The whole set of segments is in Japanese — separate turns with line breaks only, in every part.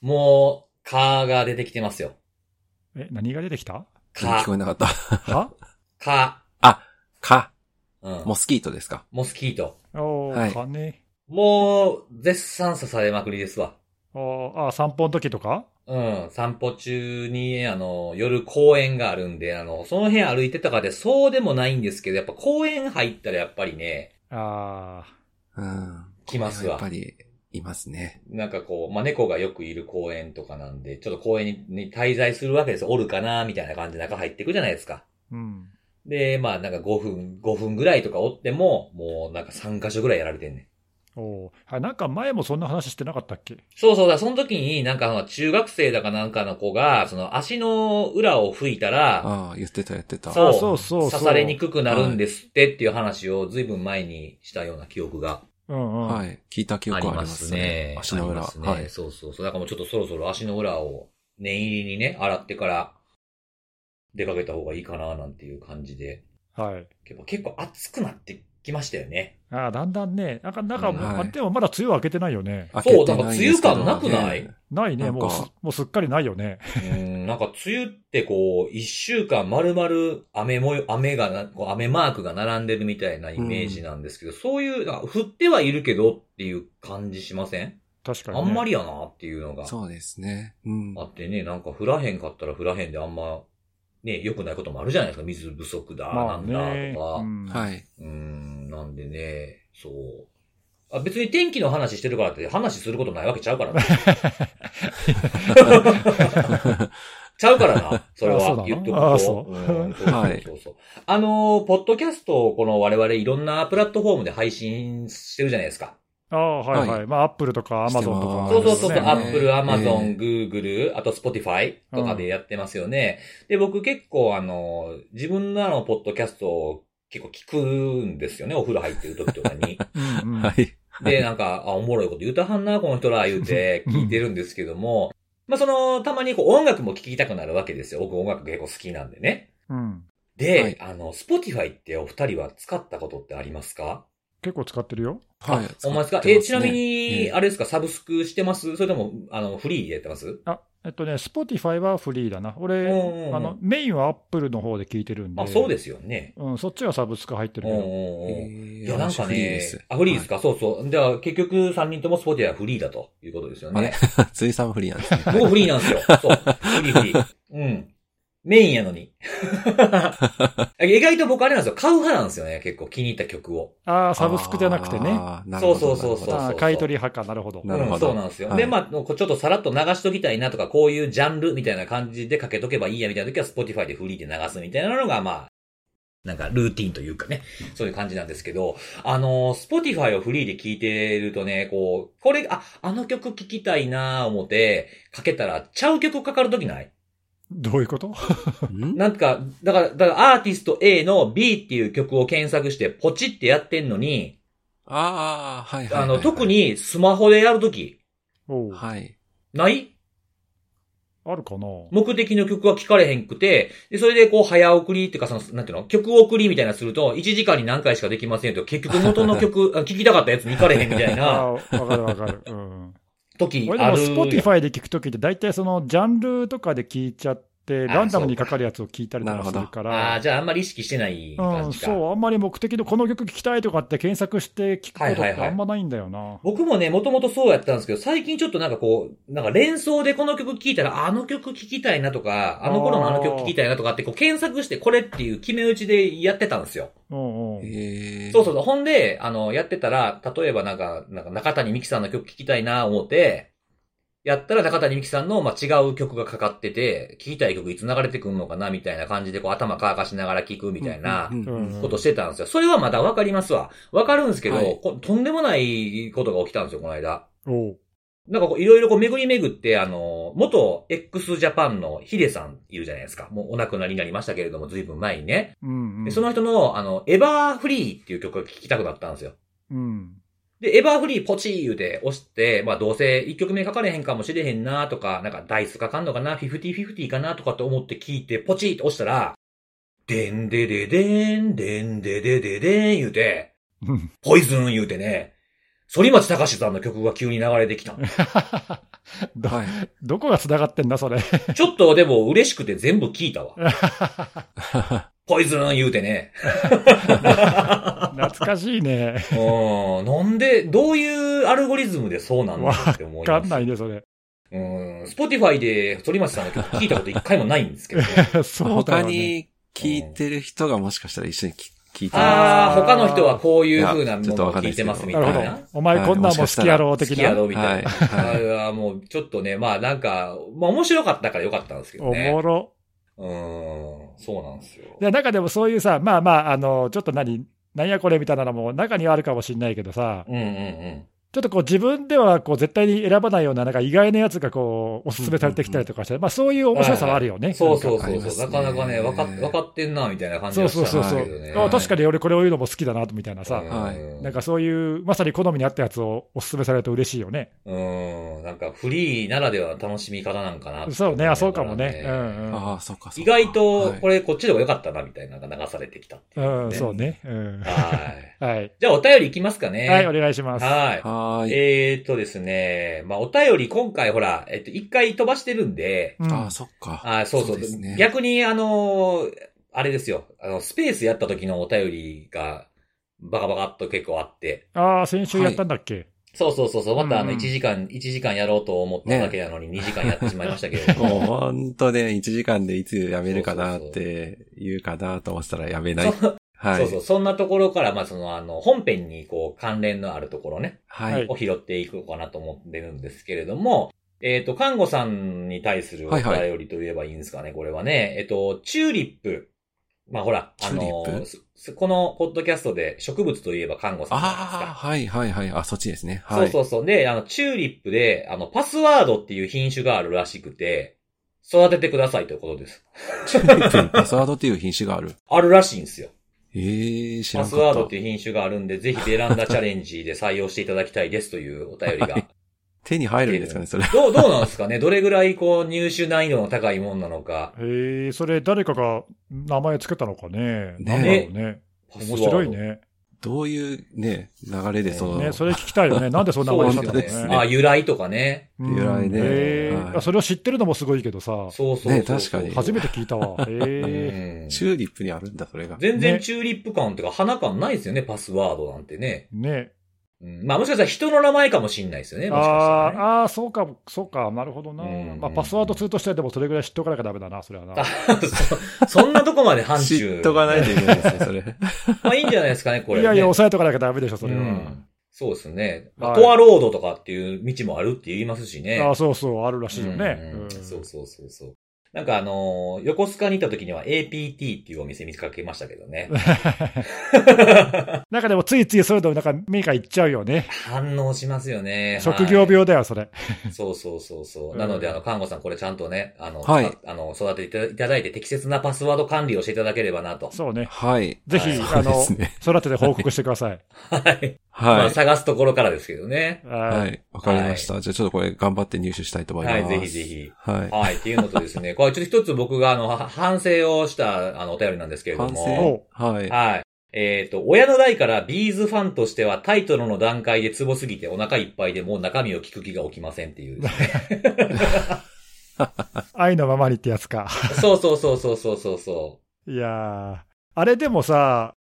もう、蚊が出てきてますよ。
え、何が出てき た
蚊
聞こえなかった。
は
蚊。
か、
うん。
モスキートですか。
モスキート。
おー、
はい
かね。
もう、絶賛刺されまくりですわ。
おーあー、散歩の時とか
うん。散歩中に、あの、夜公園があるんで、あの、その辺歩いてたかで、そうでもないんですけど、やっぱ公園入ったらやっぱりね、
あ
うん。
来ます
やっ
わ
ぱ。り、いますね。
なんかこう、まあ、猫がよくいる公園とかなんで、ちょっと公園に滞在するわけですよ。おるかなみたいな感じで中入ってくじゃないですか。
ー、うん。
で、まあなんか5分、5分ぐらいとかおっても、もうなんか3箇所ぐらいやられてんねん。
おーあなんか前もそんな話してなかったっけ
そうそうだ、その時になんかあの中学生だかなんかの子が、その足の裏を吹いたら、
ああ、言ってた、言ってた。
そう
あそうそうそう
刺されにくくなるんですってっていう話を随分前にしたような記憶が
うんうん。
はい。聞いた記
あ
憶
り
はあり
ま
ますす
ね
ね。。足の
あ
裏。
りますね
はい。
そうそうそう。だからもうちょっとそろそろ足の裏を念入りにね、洗ってから出かけた方がいいかななんていう感じで。
はい。
結構結構暑くなってきましたよね。
ああ、だんだんね、なんか、なんか、
うん
はい
あでもまだ梅雨は明けてないよね。
開
そう
けていですけどね
なんか梅雨感なくない
ないね、
なんか
もうす、もうすっかりないよね。
うん、なんか梅雨ってこう、一週間丸々雨もよ、雨がな、こう雨マークが並んでるみたいなイメージなんですけど、そういう、なんか降ってはいるけどっていう感じしません、
確かに、
あ
ね。
んまりやなっていうのが
そうですね。うん。
あってね、なんか降らへんかったら降らへんであんま、ね、良くないこともあるじゃないですか。水不足だ、
ま
な
あ
んだ
ね。
とか。
うん
はい。
うん、なんでね、そう。あ別に天気の話してるからって話することないわけちゃう からな。ちゃうからな。それ
あそ
は
うなの
言っと
あ
く
そ
と。
う
うんそうそうそうそう。あのー、ポッドキャストをこの我々いろんなプラットフォームで配信してるじゃないですか。
ああ、はいはい。
は
まあ、アップルとかアマゾンとか、
そ
そうう
で
そ
す
う
ね
そうそう、
ね
アップル、アマゾ
ええ
ン、グーグル、あとスポティファイとかでやってますよね。で、僕結構あの、自分のあの、ポッドキャストを結構聞くんですよね、お風呂入ってる時とかに。
うんうん
はい。
で、なんか、あ、おもろいこと言うたはんな、この人ら、言うて、聞いてるんですけども、まあ、その、たまにこう、音楽も聴きたくなるわけですよ。僕音楽結構好きなんでね。
うん。
で、
はい
あの、スポティファイってお二人は使ったことってありますか
結構使ってるよ。
はい。
お前です
使
か
って
え、
ます
ちなみ
ね
に、
え
あれですか、サブスクしてますそれとも、あの、フリーでやってます
あ、えっとね、Spotify はフリーだな。俺、
うんうんうん
あの、メインは Apple の方で聞いてるんで。。
まあ、そうですすよね。
うん、そっちはサブスク入って
う
る
ん
け
うん
ど。
うん。
え
い
ー
や、なんか
フリーで
ね
す、
あ、フリーですか、そうそう。じゃあ、結局、3人ともスポティファイはフリーだということですよね。
はい 辻さんもフリーなんですね。
僕フリーなんです よ。そう。フリーフリー。うん。メインやの に。意外と僕あれなんですよ。買う派なんですよね。結構気に入った曲を。
ああ、サブスクじゃなくてね。
あー。なるほど
そうそうそうそう
なる
ああ、買い取り派か、なるほど。
なるほ
うん、
ど
そうなんですよ。
はい
で、まあ、ちょっとさらっと流しときたいなとか、こういうジャンルみたいな感じでかけとけばいいやみたいな時は、Spotify でフリーで流すみたいなのが、まあ、なんかルーティンというかね、そういう感じなんですけど、あの、Spotify をフリーで聴いてるとね、こう、これ、あ、あの曲聴きたいなぁ思って、かけたら、ちゃう曲かかるときない
どういうこと
ほどん
なんか、だから、だからアーティスト A の B っていう曲を検索してポチってやってんのに、
ああ、はいはいはい
あ
はい。
の、特。にスマホでやるとき、
おう
はい。
ない
あるかな
目的の曲は聴かれへんくて、で、それでこう早送りっていうかその、なんていうの曲送りみたいなのすると、1時間に何回しかできませんと、結局元の 曲、あ聴きたかったやつに行かれへんみたい
ああ、
な
わかるわかる。うん。
時
俺 で
あ
も
る。
Spotify で聞くときって、大体そのジャンルとかで聞いちゃって、
あ
ランダムにかかるやつを聞いたりとかする
あ
か
あ、
ら。
じゃああんまり意識してない
うん、
感じか。
そう、あんまり目的のこの曲聞きたいとかって検索して聞くこと
はい
っ
はい
て
はい
あんまないんだよな。
僕もね、もともとそうやったんですけど、最近ちょっとなんかこう、なんか連想でこの曲聴いたら、あの曲聴きたいなとか、あの頃のあの曲聴きたいなとかって、こう検索してこれっていう決め打ちでやってたんですよ。
うんうん。
えー
そうそうそう。ほんで、あの、やってたら、例えばなんか、なんか中谷美紀さんの曲聴きたいな思って、やったら中谷美紀さんの、まあ、違う曲がかかってて、聴きたい曲いつ流れてくんのかなみたいな感じで、こう頭乾かしながら聴くみたいな
う。んうん
うん
ことしてたんですよ。それはまだわかりますわ。わかるんですけど、
はい
こ、とんでもないことが起きたんですよ、この間。
おう
なんかこう、いろいろこう、巡り巡って、あの、元 x ジャパンのヒデさんいるじゃないですか。もうお亡くなりになりましたけれども、ずいぶん前にね。
うんう
で
ん。
その人の、あの、エバーフリーっていう曲が聴きたくなったんですよ。
うん。
で、エバーフリーポチー言うて押して、まあどうせ一曲目かかれへんかもしれへんなとか、なんかダイスかかんのかな、フィフティフィフティかなとかって思って聞いて、ポチーって押したら、でんでででん、でんででででん言うて、ポイズン言うてね、反町隆史さんの曲が急に流れてきたの。
ど
はい。
どこが繋がってんだ、それ。
ちょっとでも嬉しくて全部聞いたわ。 ポイズン言うてね。
懐かしいね。
うん。なんで、どういうアルゴリズムでそうなんだって思
わ
い
か
ま
ん
す。
ないね、それ。
うん。スポティファイで鳥町さんの曲聞いたこと一回もないんですけど、 ね。
そうだ
他
よね。
に聞いてる人がもしかしたら一緒にき聞いてる
あ
あ
あ、
ー
他の人はこういう風なも
いやちょっと
の
わ
を
かんな
聞
い
いて
ですけど
ますみ
な
た
る
い
好
な。
ほ
は
ど。お前こんなんも好きやろう
好
的
きや
な。
ろみたいな。
はいはい
あれはもう、ちょっとね、まあなんか、まあ面白かったからよかったんですけど
お
ね。
もろ。
うん、そうなんですよ。
で、中でもそういうさ、まあまあ、あの、ちょっと何、なんやこれみたいなのも中にはあるかもしれないけどさ、
うんうんうん。
ちょっとこう自分ではこう絶対に選ばないような、なんか意外なやつがこう、おすすめされてきたりとかして、まあそういう面白さはあるよね。
そうそうそ
あ
う
り
そ
ま
う。
す
な
ね
かなかね、わかわかってんな、みたいな感じ
そう
が
そう
した
そ
んで
うそ
す
う
けどね。
あ
はい
確かに俺これを言うのも好きだな、みたいなさ、
はい
うん
なんかそういう、まさに好みに合ったやつをおすすめされると嬉しいよね。
うん、なんかフリーならではの楽しみ方なんかなって思いながら。
そうね、あ、そうかもね。うん
ああ、そうか、そう
意
か
外と
は、い
これこっちでもよかったな、みたいなのが流されてきたってい
うん。うん、そう
ね。
ね。うん。
はい。
はい。
じゃあお便りいきますかね。
はい、お願いします。
はい。
はーい。
えー、っとですね、まあ、お便り今回ほら、えっと、一回飛ばしてるんで、
うん
ああ、そっか。
あそうそう
ですね。
逆に、あのーあれですよ、あの、スペースやった時のお便りが、バカバカっと結構あって、
ああ、先週やったんだっけ、
そうそうそうそう、またあ
うん
の、
うん
1時間、一時間やろうと思っただけなのに、2時間やってしまいましたけれども。
もう本当ね、1時間でいつやめるかなって言うかなと思ってたらやめない。は
そうそう、
い。
そんなところから、まあ、その、あの、本編に、こう、関連のあるところね、
は
はい
い。
を拾っていこうかなと思ってるんですけれども、えっ、と、看護さんに対するお
はいはい
便りといえばいいんですかね、これはね。えっ、と、チューリップ。まあほら、あ
チューリッ
の、
プ
すすこのポッドキャストで植物といえば看護さんじゃないです
あ
か。
あ、はいはいはい。あ、そっちですね。
そ
は
う
い。
そうそう。で、あの、チューリップで、あの、パスワードっていう品種があるらしくて、育ててくださいということです。
パスワードっていう品種がある。
あるらしいんですよ。
ええ知ら
パ
んか
ス
った。
ワードっていう品種があるんで、ぜひベランダチャレンジで採用していただきたいですというお便りが
手に入るんですかね、それ。
どう、どうなんですかねどれぐらいこう入手難易度の高いもんなのか。
へえ、それ誰かが名前つけたのかね。
ね
なんだろうね。
パスワ
面
ード
白い。ね。
どういうね、流れでその、
ね、それ聞きたいよね。なんでそんな名前になった
そ
の
うで
か
です
す
ね。
ね。あ、由来とかね。
うん
由来ね
へえ
はい
あそれを知ってるのもすごいけど
そ
さ、
うそうそう
ね確かに
初めて聞い たわ。へえ。
うん
チューリップにあるんだ、それが。
全然
ね
チューリップ感とか花感ないですよね、パスワードなんてね。
ね。
うんまあもしかしたら人の名前かもしんないですよね、もしかしたらね。
あーあー、そうか、そうか、なるほどな。
うん
まあ、パスワード通としてはでもそれぐらい知っとかなきゃダメだな、それはな。
そそんなとこまで範疇。
知っとかないといけないですね、それ。
まあいいんじゃないですかね、これ、
い
ね。
やいや、抑えとかなきゃダメでしょ、それ
う
は。
んそうですね。まあ
はい
トアロードとかっていう道もあるって言いますしね。
ああ、そうそう、あるらしいよね。
うんうん
うん
そうそうそうそう。なんかあのー横須賀に行った時には APT っていうお店見かけましたけど ね。
なんかでもついついそういうの、なんか目がいっちゃうよね。
反応しますよね。
職業
はい
病だよ、それ。
そうそうそうそう。
うん
なので、あの、看護さんこれちゃんとね、あの、
はい
ああの、育てていただいて適切なパスワード管理をしていただければなと。
そうね。
はい。
ぜひ、
はい
あ
そ
の
うです、ね。
育てて報告してください。
はい。ま
は
あ、
い。
探すところからですけどね。
は。
はいい。わかりました。じゃあちょっとこれ頑張って入手したいと思いま
は
す。
い、ぜひぜ。ひ。
はい。
はい、っていうのとですね、これちょっと一つ僕が、あの、は反省をした、あの、お便りなんですけれど
反
も。
省。はい。
はい。えっ、と、親の代からビーズファンとしてはタイトルの段階でツボすぎてお腹いっぱいでもう中身を聞く気が起きませんって いう。
愛のままにってやつか。
そうそうそうそうそうそうそ
いやー、あれでもさ、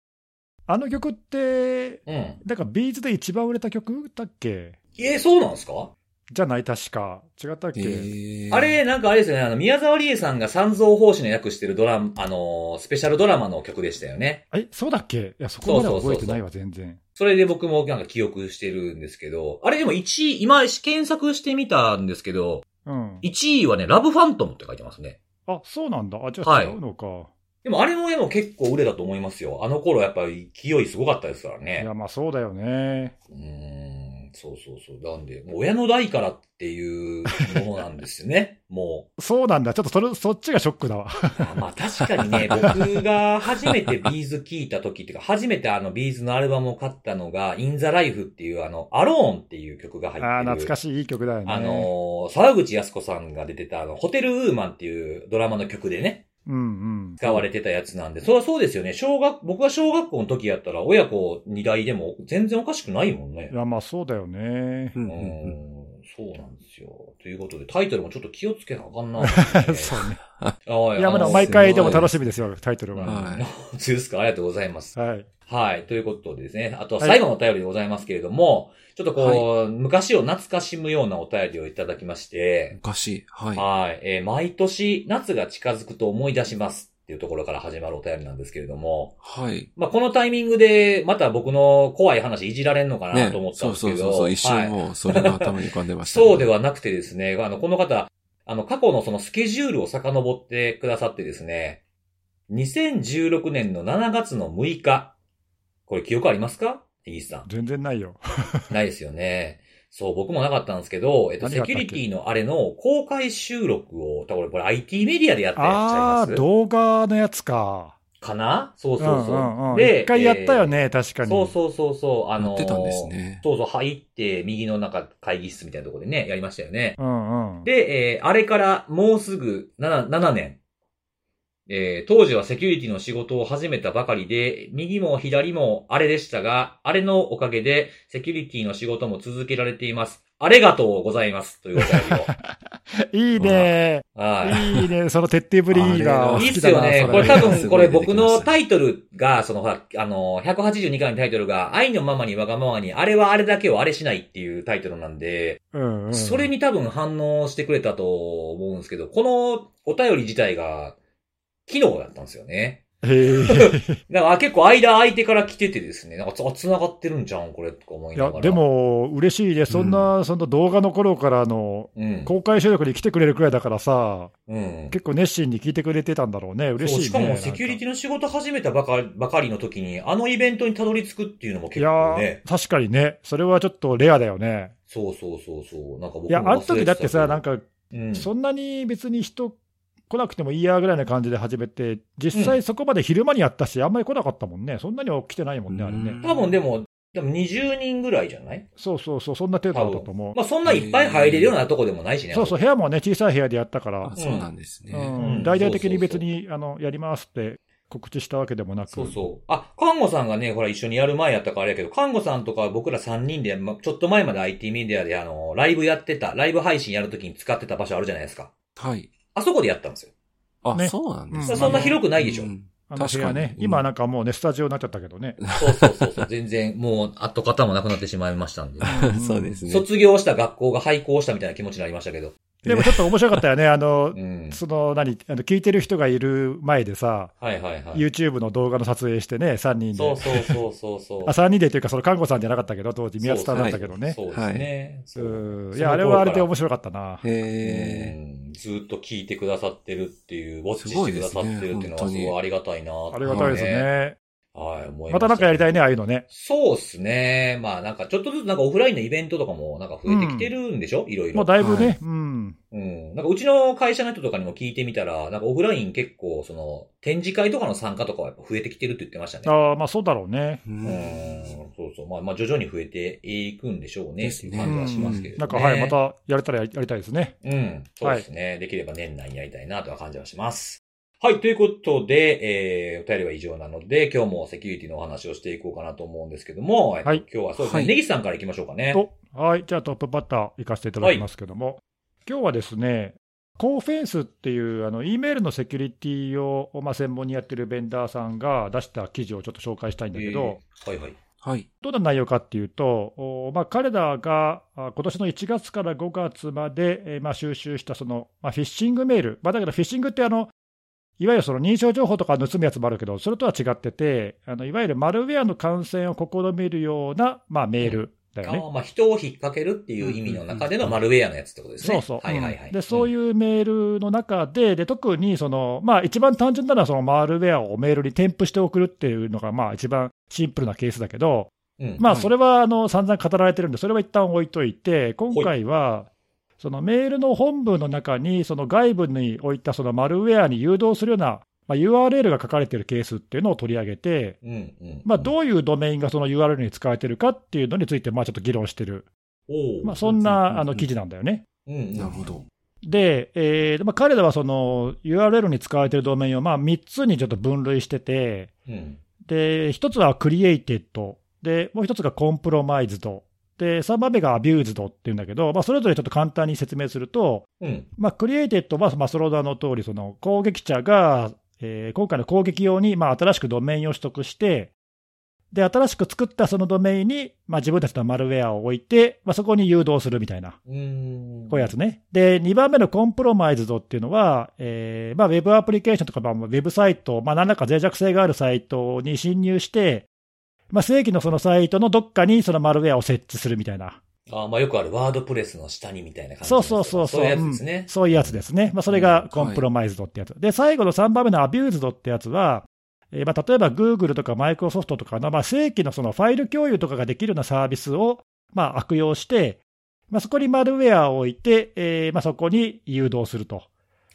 あの曲って、
う。うん。
なんかビーズで一番売れた曲だっけ
えーそうなんですか、
じゃない、確か。違ったっけ、
えー
あれ、なんかあれですよね、あの、宮沢りえさんが三蔵法師の役してるドラマ、あのースペシャルドラマの曲でしたよね。
え、そうだっけいや、そこまでは覚えてないわ、全然。
それで僕もなんか記憶してるんですけど、あれでも1位、今検索してみたんですけど、
うん。
1位はね、ラブファントムって書いてますね。
あ、そうなんだ。あ、じゃ
は
あ
い
違うのか。
でもあれもでも結構売れたと思いますよ。あの頃やっぱり勢いすごかったですからね。
い、や、まあそうだよね。
うーん、そうそうそう。なんで、もう親の代からっていうものなんですね。 も
そうなんだ。ちょっとそれ、そっちがショックだわ。
う。あまあ確かに ね、僕が初めてビーズ聞いた時っていうか、初めてあのビーズのアルバムを買ったのが、In the Life っていうあの、アローンっていう曲が入ってる。
ああ、懐か
い。
しい、いい曲だよね。
あのー、沢口靖子さんが出てたあの、ホテルウーマンっていうドラマの曲でね、
うんうん。
使われてたやつなんで、それはそうですよね。小学、僕が小学校の時やったら、親子二代でも全然おかしくないもんね
い。や、まあそうだよね
う。ん
う
うんうん
んそうなんですよ。ということで、タイトルもちょっと気をつけなあかんな。
そうね。
はい
や、まだ
あの
毎回でも楽しみですよ、タイトルは。
は
そうですか、ありがとうございます。
はい。
はい。ということでですね、あとは最後のお便りでございますけれども、ちょっとこう、昔を懐かしむようなお便りをいただきまし
い。
て、
昔、はい。
はい。えー毎年夏が近づくと思い出しますっていうところから始まるお便りなんですけれども、
はい。
まあ、このタイミングで、また僕の怖い話いじられんのかな
ね
と思っ、たん
そう
ですけ
そ
ど、
うそうそう、一
は
瞬
い
もう、それが頭に浮かんでましたね、
そうではなくてですね、あの、この方、あの、過去のそのスケジュールを遡ってくださってですね、2016年の7月の6日、これ記憶ありますかイギス さん。
全然ないよ。
ないですよね。そう、僕もなかったんですけど、えっと、
何
セ
があった
キ
っ
ュ
け
リティのあれの公開収録を、多分これ IT メディアでやったやつちゃい
あ
ま
あー、
す
動画のやつか。
かなそうそうそう。
んうんうん。一回やったよね、確かに。
そうそうそうそう、あのー、
やってたんですね
そうそう、入って、右の中、会議室みたいなところでね、やりましたよね。
うんうん。
で、えーあれからもうすぐ 7, 7年。えー当時はセキュリティの仕事を始めたばかりで、右も左もあれでしたが、あれのおかげでセキュリティの仕事も続けられています。ありがとうございます。というお便り
いいね。
を。はい。
いいね。その徹底ぶりが好
いいっ
き
す
だ
よ
な。
ね。
そ
これ多分、
す
こ
ご
れ
い出てき
僕
ましたね
のタイトルが、そのほら、あの、182回のタイトルが、愛のままにわがままに、あれはあれだけをあれしないっていうタイトルなんで、
うんうん。
それに多分反応してくれたと思うんですけど、このお便り自体が、昨日だったんですよね。
へえ。
だから結構間空いてから来ててですね、なんかつあ繋がってるんじゃん、これとか思い
い
な
や
がら。、
で、も、嬉しいね。そんな、その動画の頃からの、
うん。
公開収録に来てくれるくらいだからさ、
うん。
結構熱心に聞いてくれてたんだろうね。嬉
そう
しいね。
しかもセキュリティの仕事始めたばかりばかりの時に、あのイベントにたどり着くっていうのも
い
結
や
構
ー
ね、、
確かにね。それはちょっとレアだよね。
そうそうそうそう、なんか僕も
いや、あの
忘れ
時
て
だ
た
っ
けど
てさ、なん、か、
うん、
そんなに別に人来なくてもいいやぐらいな感じで始めて、実際そこまで昼間にやったし、あんまり来なかったもんね。そんなには来てないもんね、あれ
う
ね
ん。
多分でも、でも20人ぐらいじゃない
そうそうそう、そんな程度だったと思う。
まあそんないっぱい入れるようなとこでもないしね。
そうそう、部屋もね、小さい部屋でやったから
あ、そうなんですね。
うん
うん
大々的に別にあのやりますって告知したわけでもなく、
そうそう。あ、看護さんがね、ほら一緒にやる前やったからあれやけど、看護さんとか僕ら3人で、ま、ちょっと前まで IT メディアであの、ライブやってた、ライブ配信やるときに使ってた場所あるじゃないですか。
はい。
あそこでやったんですよ。
あ、
ね
そうなんです
う
そ
ん
んな広くないでしょ。
うん
あの部屋
確
ね
か、に
今なんかもうね、スタジオになっちゃったけ どね、
そうそうそうそう。全然、もう、跡形もなくなってしまいましたんで。
そうです ね。
卒業した学校が廃校したみたいな気持ちになりましたけど。
でもちょっと面白かったよね、あの
うん。
その何あの聞いてる人がいる前でさ、
はいはいはい。
YouTube の動画の撮影してね、3人
そう
で、
そうそうそうそう
あ。3人でというか、その看護さんじゃなかったけど、当時、宮津さんだったけどね、
そうですね。そう
うんいや、あれはあれで面白かったな、
へえ。
うんずっと聞いてくださってるっていう、ウォッチしてくださってるっていうのは
すごいですすね
ごいありがたいな
ありがたいです。ね、
はい、思い
またなんかやりたいね、ああいう
の。
のね、
そうですね。まあなんかちょっとずつなんかオフラインのイベントとかもなんか増えてきてるんでしょ、いろいろ。
もうだいぶね、
は
うん、
うん。なんかうちの会社の人とかにも聞いてみたら、なんかオフライン結構その展示会とかの参加とかはやっぱ増えてきてるって言ってましたね。
ああまあそうだろうね。
う
うんん。そうそう。まあまあ徐々に増えていくんでしょうね。
で
って
す
い
ね
う感じはしますけれど、ね
なんか、はい、またやれたらやりやりたいですね。
うん、そうですね。できれば年内にやりたいなとは感じはします。はい、ということで、えー、お便りは以上なので、今日もセキュリティのお話をしていこうかなと思うんですけども、はい
はい
今日はそうですね、
はい
ネギさんから行きましょうかね。
おはい、じゃあトップバッター行かせていただきますけども、今日はですね、コーフェンスっていうあの E メールのセキュリティを、まあ、専門にやってるベンダーさんが出した記事をちょっと紹介したいんだけど、
えーはいはい。
はい。
どんな内容かっていうと、おまあ、彼らがあ今年の1月から5月まで、えーまあ、収集したその、まあ、フィッシングメール、まあ、だけどフィッシングってあの、いわゆるその認証情報とか盗むやつもあるけど、それとは違ってて、あのいわゆるマルウェアの感染を試みるような、まあ、メールだよね。
あーまあ、人を引っ掛けるっていう意味の中でのマルウェアのやつってことですね。
そうそう、
はいはいはい。
でそう
う
いうメールの中で、で特にその、まあ、一番単純なのはそのマルウェアをメールに添付して送るっていうのが、まあ、一番シンプルなケースだけど、
ん、うん
まあ、
はい
それはあの散々語られてるんで、それは一旦置いといて、今回は、そのメールの本文の中に、その外部に置いたそのマルウェアに誘導するような、まあ、URL が書かれてるケースっていうのを取り上げて、
うんうん
まあ、どういうドメインがその URL に使われてるかっていうのについて、まあちょっと議論してる、
おう
まあ、そんなあの記事なんだよね。
うんうん
なるほど。
で、えーまあ、彼らはその URL に使われているドメインをまあ3つにちょっと分類してて、
うん。
で、1つは created、で、もう1つが compromised、で、3番目がアビューズドっていうんだけど、まあ、それぞれちょっと簡単に説明すると、
うん。
まあ、クリエイテッドは、まあ、その名の通り、その攻撃者が、えー今回の攻撃用に、まあ、新しくドメインを取得して、で、新しく作ったそのドメインに、まあ、自分たちのマルウェアを置いて、まあ、そこに誘導するみたいな、
うーん。
こういうやつね。で、2番目のコンプロマイズドっていうのは、えーまあ、ウェブアプリケーションとか、まあ、ウェブサイト、まあ、何らか脆弱性があるサイトに侵入して、まあ、正規のそのサイトのどっかにそのマルウェアを設置するみたいな。
あーまあよくある、ワードプレスの下にみたいな感じ
そ
の
う
やつと
そう
か。
そ
そう
うそう。
いうやつですね
ん。そういうやつですね。まあ、それ
う
が
ん
コンプロマイズドってやつ。で、最後の3番目のアビューズドってやつは、えーまあ、例えば Google とか Microsoft とかの、まあ、正規のそのファイル共有とかができるようなサービスを、まあ、悪用して、まあ、そこにマルウェアを置いて、えーまあ、そこに誘導すると。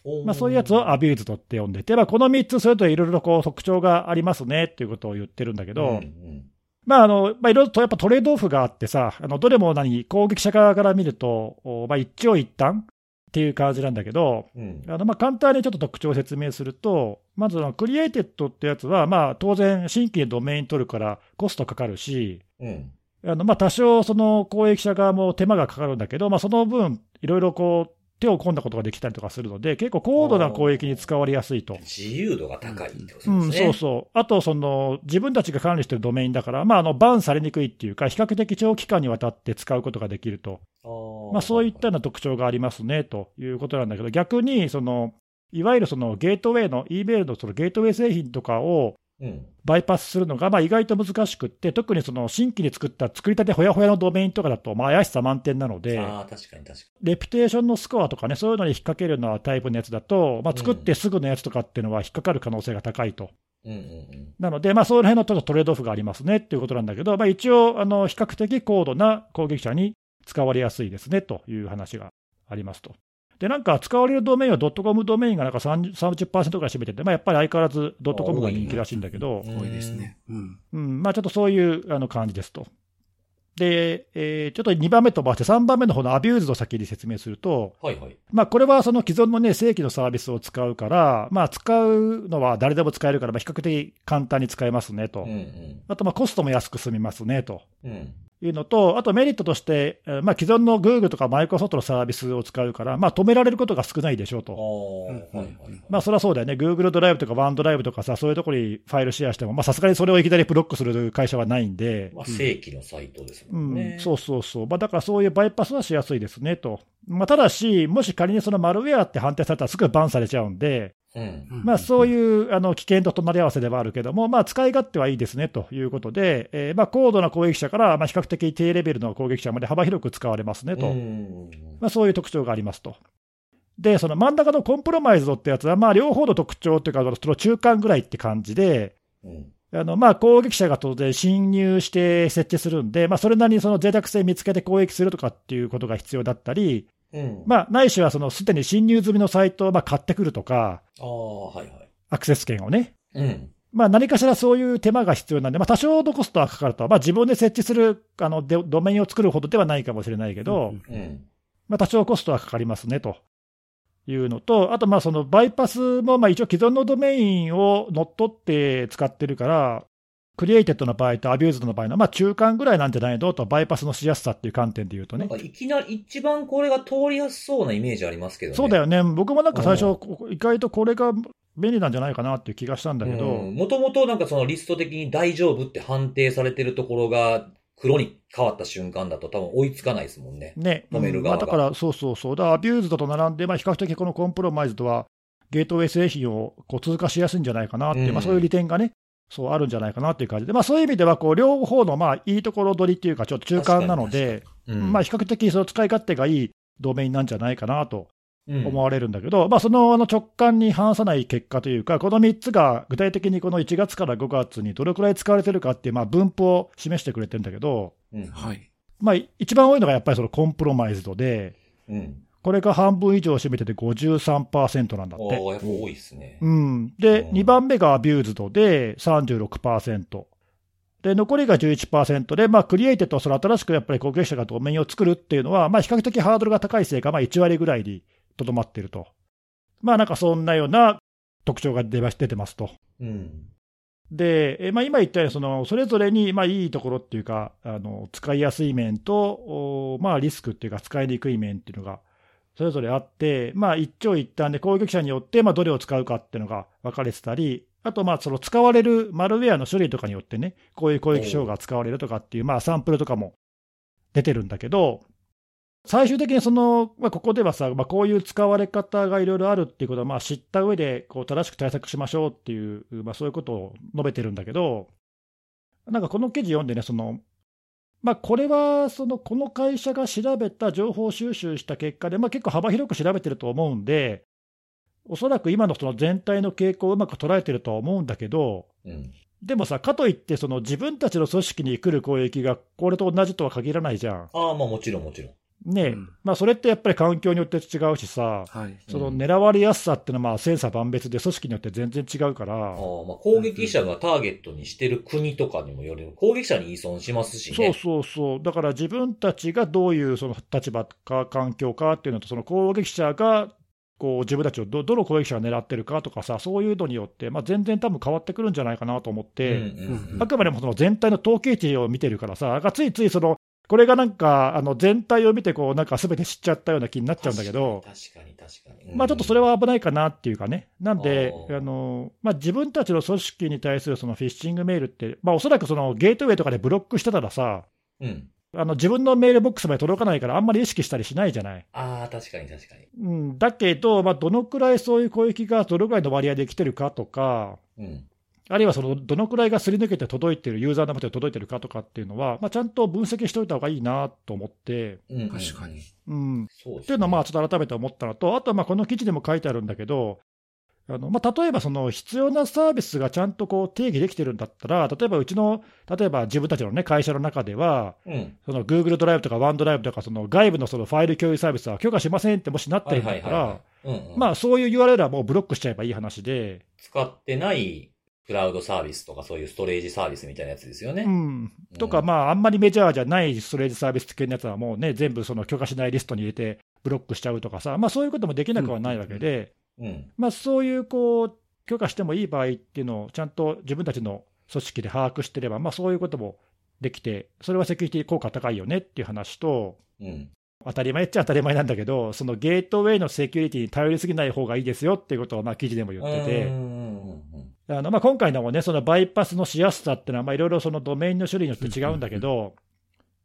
おー
まあ、そういうやつをアビューズドって呼んでて、まあ、この3つそれぞれいろいろこう特徴がありますねっていうことを言ってるんだけど、
うんうん
まああのまあ、いろいろとやっぱトレードオフがあってさ、あのどれも何攻撃者側から見ると、おまあ、一長一短っていう感じなんだけど、
うん。
あのまあ簡単にちょっと特徴を説明すると、まずそのクリエイテッドってやつは、まあ、当然、新規でドメイン取るからコストかかるし、
うん。
あのまあ多少、その攻撃者側も手間がかかるんだけど、まあ、その分、いろいろこう手を込んだことができたりとかするので、結構高度な攻撃に使われやすいと。
自由度が高いってことです
う
ね。
ん、そうそう。あと、その、自分たちが管理してるドメインだから、まあ、あの、バンされにくいっていうか、比較的長期間にわたって使うことができると。
あー
まあ、そういったような特徴がありますね、ということなんだけど、逆に、その、いわゆるそのゲートウェイの、e メールのそのゲートウェイ製品とかを
うん。
バイパスするのが、まあ、意外と難しくって、特にその新規に作った作りたてほやほやのドメインとかだと、まあ、怪しさ満点なので、
ああ、確かに確か
レピュテーションのスコアとかね、そういうのに引っ掛けるようなタイプのやつだと、まあ、作ってすぐのやつとかっていうのは引っかかる可能性が高いと。
に。うんうんうん。
なので、まあ、その辺のちょっとトレードオフがありますねっていうことなんだけど、まあ、一応、あの比較的高度な攻撃者に使われやすいですねという話がありますと。で、なんか使われるドメインはドットコムドメインがなんか30 30%ぐらい占めてて、まあ、やっぱり相変わらずドットコムが人気らしいんだけど、
うん
多いですね。うん。
うんまあ、ちょっとそういうあの感じですと。で、えーちょっと2番目飛ばして、3番目の方のアビューズを先に説明すると、
はいはい。
まあ、これはその既存の、ね、正規のサービスを使うから、まあ、使うのは誰でも使えるから、まあ比較的簡単に使えますねと。
うん
あとまあコストも安く済みますねと
うん。うん。
いうのと、あとメリットとして、えーまあ、既存の Google とか Microsoft のサービスを使うから、まあ、止められることが少ないでしょう
あ
と。
あ、
うん
はいはい。
まあ、それはそうだよね、Google ドライブとか OneDrive とかさ、そういうところにファイルシェアしても、まあさすがにそれをいきなりブロックする会社はないんで、
まあ、正規のサイトです
う
もん
ん
ね。
そうそうそう、まあ、だからそういうバイパスはしやすいですねと。まあ、ただし、もし仮にそのマルウェアって判定されたらすぐバンされちゃうんで、
うん。
まあ、そう
う
いうあの危険と隣り合わせではあるけども、まあ、使い勝手はいいですねということで、えーまあ、高度な攻撃者からまあ比較的低レベルの攻撃者まで幅広く使われますねと、
うん。
まあ、そういう特徴がありますと。で、その真ん中のコンプロマイズドってやつは、まあ、両方の特徴というか、その中間ぐらいって感じで、
うん。
あのまあ攻撃者が当然侵入して設置するんで、まあ、それなりにその脆弱性見つけて攻撃するとかっていうことが必要だったり、
うん。あ、
まあ、ないしはそのすでに侵入済みのサイトをまあ買ってくるとか、
ああ、はいはい。
アクセス権をね。
うん。
まあ、何かしらそういう手間が必要なんで、まあ、多少のコストはかかると、まあ、自分で設置するあのドドメインを作るほどではないかもしれないけど、
ん
うん。
まあ、多少コストはかかりますねというのと、あとまあそのバイパスもまあ一応、既存のドメインを乗っ取って使ってるから、クリエイテッドの場合とアビューズドの場合のまあ中間ぐらいなんじゃないのと、バイパスのしやすさっていう観点で言うと
な
ね
ん。かいきなり、一番これが通りやすそうなイメージありますけどね。
そうだよね、僕もなんか最
う
初、ここ意外とこれが便利なんじゃないかなっていう気がしたんだけど。
もともとなんかそのリスト的に大丈夫って判定されてるところが黒に変わった瞬間だと多分追いつかないですもんね。
ね、
止める側が
まあ、だから、そうそうそう、だからアビューズドと並んで、まあ、比較的このコンプロマイズとは、ゲートウェイ製品をこう通過しやすいんじゃないかなっていう、
うん
まあ、そういう利点がね、そうあるんじゃないかなっていう感じで、まあ、そういう意味ではこう、両方のまあいいところ取りっていうか、ちょっと中間なので、
うん
まあ、比較的その使い勝手がいいドメインなんじゃないかなと
うん
思われるんだけど、まあ、そのあの直感に反さない結果というか、この3つが具体的にこの1月から5月にどれくらい使われてるかっていうまあ分布を示してくれてるんだけど、
うん
ん。はい。
まあ、一番多いのがやっぱりそのコンプロマイズドで、
うん。
これが半分以上を占めてて53%なんだっ
お
て。
ーやっぱ多いですね。
うん、で、
うん
2番目がアビューズドで36%。で、残りが11%で、まあ、クリエイテッドはその新しくやっぱり攻撃者がドメインを作るっていうのは、まあ、比較的ハードルが高いせいか、まあ、1割ぐらいにとどまってると。まあ、なんかそんなような特徴が出ま出てますと。
うん。
で、えーまあ、今言ったようにその、それぞれに、まあ、いいところっていうか、あの使いやすい面と、おまあ、リスクっていうか、使いにくい面っていうのが、それぞれあって、まあ、一長一短で攻撃者によって、まあ、どれを使うかっていうのが分かれてたり、あと、まあ、その使われるマルウェアの処理とかによってね、こういう攻撃手法が使われるとかっていう、まあ、サンプルとかも出てるんだけど、最終的にその、まあ、ここではさ、まあ、こういう使われ方がいろいろあるっていうことはまあ知った上でこう正しく対策しましょうっていう、まあ、そういうことを述べてるんだけど、なんかこの記事読んでね、そのまあ、これはそのこの会社が調べた情報収集した結果で、まあ、結構幅広く調べてると思うんで、おそらく今のその全体の傾向をうまく捉えてるとは思うんだけど、
うん。
でもさ、かといって、その自分たちの組織に来る攻撃がこれと同じとは限らないじゃん。
ああ、まあもちろんもちろん。
ねえ、
うん
まあ、それってやっぱり環境によって違うしさ、
はい。
その狙われやすさっていうのはまあ千差万別で、組織によって全然違うから、
ああまあ攻撃者がターゲットにしてる国とかにもよる。攻撃者に依存しますしね。
そうそうそう、だから自分たちがどういうその立場か、環境かっていうのと、その攻撃者がこう自分たちをどどの攻撃者が狙ってるかとかさ、そういうのによって、まあ、全然多分変わってくるんじゃないかなと思っ
うん
て。
うんうん
あくまでもその全体の統計値を見てるからさ、なんかついついその、これがなんか、あの全体を見てこう、なんかすべて知っちゃったような気になっちゃうんだけど、
確かに確かに確かに。
まあ、ちょっとそれ
は、
は危ないかなっていうかね、なんで、
あ
あ
ー
のまあ、自分たちの組織に対するそのフィッシングメールって、まあ、おそらくそのゲートウェイとかでブロックしてたらさ、
うん。
あの自分のメールボックスまで届かないから、あんまり意識したりしないじゃない。
ああ、確かに確かに。
うん、だけど、まあ、どのくらいそういう攻撃がどのくらいの割合で来てるかとか、
うん。
あるいはそのどのくらいがすり抜けて届いてる、ユーザーの手で届いてるかとかっていうのは、まあ、ちゃんと分析しておいた方がいいなと思って、
うん、うん。
確かに。
うん、っ
そうですね。
ていうのはまあちょっと改めて思ったのと、あとはまあこの記事でも書いてあるんだけど、あのまあ、例えばその必要なサービスがちゃんとこう定義できてるんだったら、例えばうちの、例えば自分たちの、ね、会社の中では、
うん。
その Google ドライブとか OneDrive とか、その外部のそのファイル共有サービスは許可しませんってもしなって
はい
るんだ
は
っ
い
た
はい
ら
は、い。うん、うん。
まあそういう URL はもうブロックしちゃえばいい話で。
使ってないクラウドサービスとかそういうストレージサービスみたいなやつですよね。
うん、とか、
うん
まあ、あんまりメジャーじゃないストレージサービス系のやつはもうね、全部その許可しないリストに入れてブロックしちゃうとかさ、まあ、そういうこともできなくはないわけで、
うん。
まあ、そういうこう許可してもいい場合っていうのをちゃんと自分たちの組織で把握してれば、まあ、そういうこともできて、それはセキュリティ効果高いよねっていう話と、
うん。
当たり前っちゃ当たり前なんだけど、そのゲートウェイのセキュリティに頼りすぎない方がいいですよっていうことをまあ記事でも言ってて。
うんうんうん
あのまあ、今回のもね、そのバイパスのしやすさっていうのはまあ、いろいろそのドメインの種類によって違うんだけど、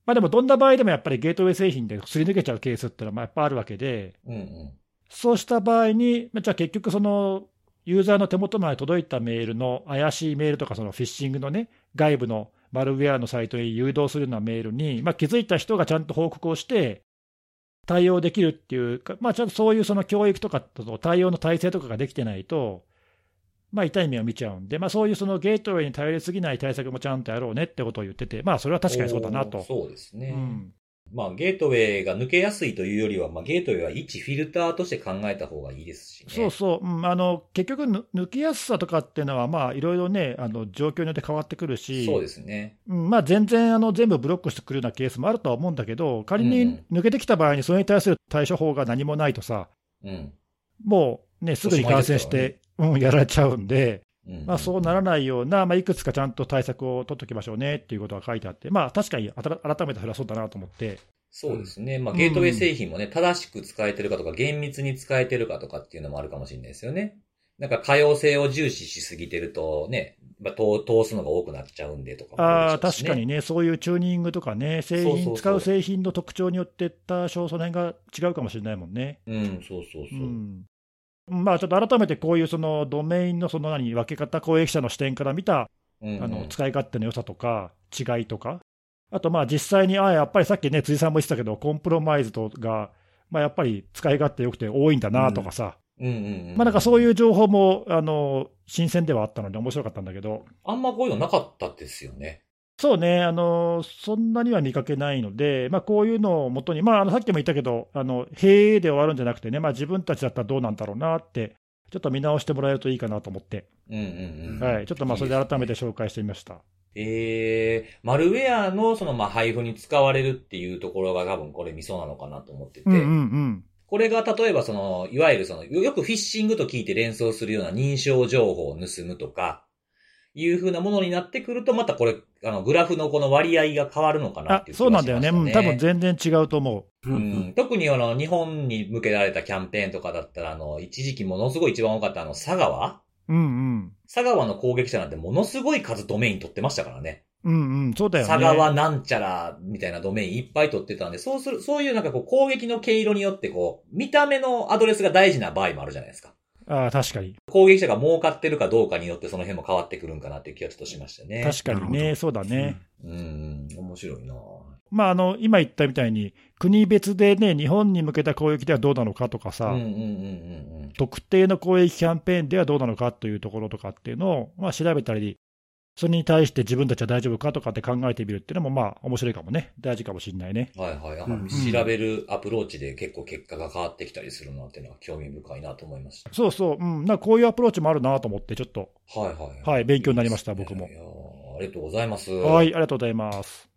まあでもどんな場合でもやっぱりゲートウェイ製品ですり抜けちゃうケースっていうのはまあやっぱあるわけで、
うん。うんうん。
そうした場合に、まあじゃあ結局、そのユーザーの手元まで届いたメールの怪しいメールとか、そのフィッシングのね、外部のマルウェアのサイトへ誘導するようなメールに、まあ、気づいた人がちゃんと報告をして、対応できるっていうか、まあ、ちゃんとそういうその教育とかとの対応の体制とかができてないと、まあ、痛い目を見ちゃうんで、まあ、そういうそのゲートウェイに頼りすぎない対策もちゃんとやろうねってことを言ってて、まあ、それは確かにそうだな
お
と
ー。そうですね。
うん
まあ、ゲートウェイが抜けやすいというよりは、まあ、ゲートウェイは一フィルターとして考えた方がいいですしね。
そうそう、うん、あの結局ぬ、抜きやすさとかっていうのは、まあ、いろいろね、あの状況によって変わってくるし、
そうですね。
うんまあ、全然あの全部ブロックしてくるようなケースもあるとは思うんだけど、仮
うん
に抜けてきた場合に、それに対する対処法が何もないとさ、
うん。
もう、ね、すぐに感染して、うん、やられちゃうんで、
うん
まあ、そうならないような、まあ、いくつかちゃんと対策を取っておきましょうねっていうことが書いてあって、まあ、確かにあたら改めてそれはそうだなと思って。
そうですね。まあ、ゲートウェイ製品もね、正しく使えてるかとか、厳密に使えてるかとかっていうのもあるかもしれないですよね。なんか、可用性を重視しすぎてるとね、まあ、通通すのが多くなっちゃうんでとかもる
ああ、
でしょうしね
確かに。ね、そういうチューニングとかね、製
そうそうそ
品、
う
使う製品の特徴によって、多少その辺が違うかもしれないもんね。
うん、そうそう
う
そう。
んまあ、ちょっと改めてこういうそのドメインのその何分け方、公益者の視点から見た
うんうん
あの使い勝手の良さとか、違いとか、あとまあ実際に、ああ、やっぱりさっきね、辻さんも言ってたけど、コンプロマイズとが、まあ、やっぱり使い勝手良くて多いんだなとかさ、
うんうんうん。。
まあ、なんかそういうう情報もあの新鮮ではあったので、面白かったんだけど、
あんまこういうのなかったですよね。
そうね、あのそんなには見かけないので、まあ、こういうのをもとに、まあ、あのさっきも言ったけど、あのへえで終わるんじゃなくてね、まあ、自分たちだったらどうなんだろうなって、ちょっと見直してもらえるといいかなと思って、
うんうんうん。
はい、ちょっとまあそれで改めて紹介してみました。
ええマルウェアのそのまあ配布に使われるっていうところが多分これミソなのかなと思ってて、
うんうんうん、
これが例えばその、いわゆるその、よよくフィッシングと聞いて連想するような認証情報を盗むとか、いう風なものになってくると、またこれ、あの、グラフのこの割合が変わるのかな
あ
っていう気
そう
が
なん
し
だよ
ま
ね、
した
うん多分全然違うと思う。
う。
うんん、特にあの、日本に向けられたキャンペーンとかだったら、あの、一時期ものすごい一番多かったあの、佐川
うん
佐川の攻撃者なんてものすごい数ドメイン取ってましたからね。
うん、うんうん、そうだよね。
佐川なんちゃらみたいなドメインいっぱい取ってたんで、そうする、そういうなんかこう攻撃の経路によってこう、見た目のアドレスが大事な場合もあるじゃないですか。
ああ確かに、
攻撃者が儲かってるかどうかによってその辺も変わってくるんかなっていう気がちょっとしましたね。
確かに
なるほ
ね、
ど
そうだね。
うん、うん面白いなぁ
まあ、あの今言ったみたいに、国別でね、日本に向けた攻撃ではどうなのかとか
う
さ、
んうんうんうんうん。
特定の公益キャンペーンではどうなのかというところとかっていうのを、まあ、調べたり、それに対して自分たちは大丈夫かとかって考えてみるっていうのも、まあ、面白いかもね、大事かもしれないね。
はいはい。あ
うん
調べるアプローチで結構結果が変わってきたりするなっていうのは興味深いなと思いました。
そうそう、うん、なんかこういうアプローチもあるなと思って、ちょっと、
はいはい。
はい勉強になりました僕も
いやーありがとうございます。
はい、あ。りがとうございます。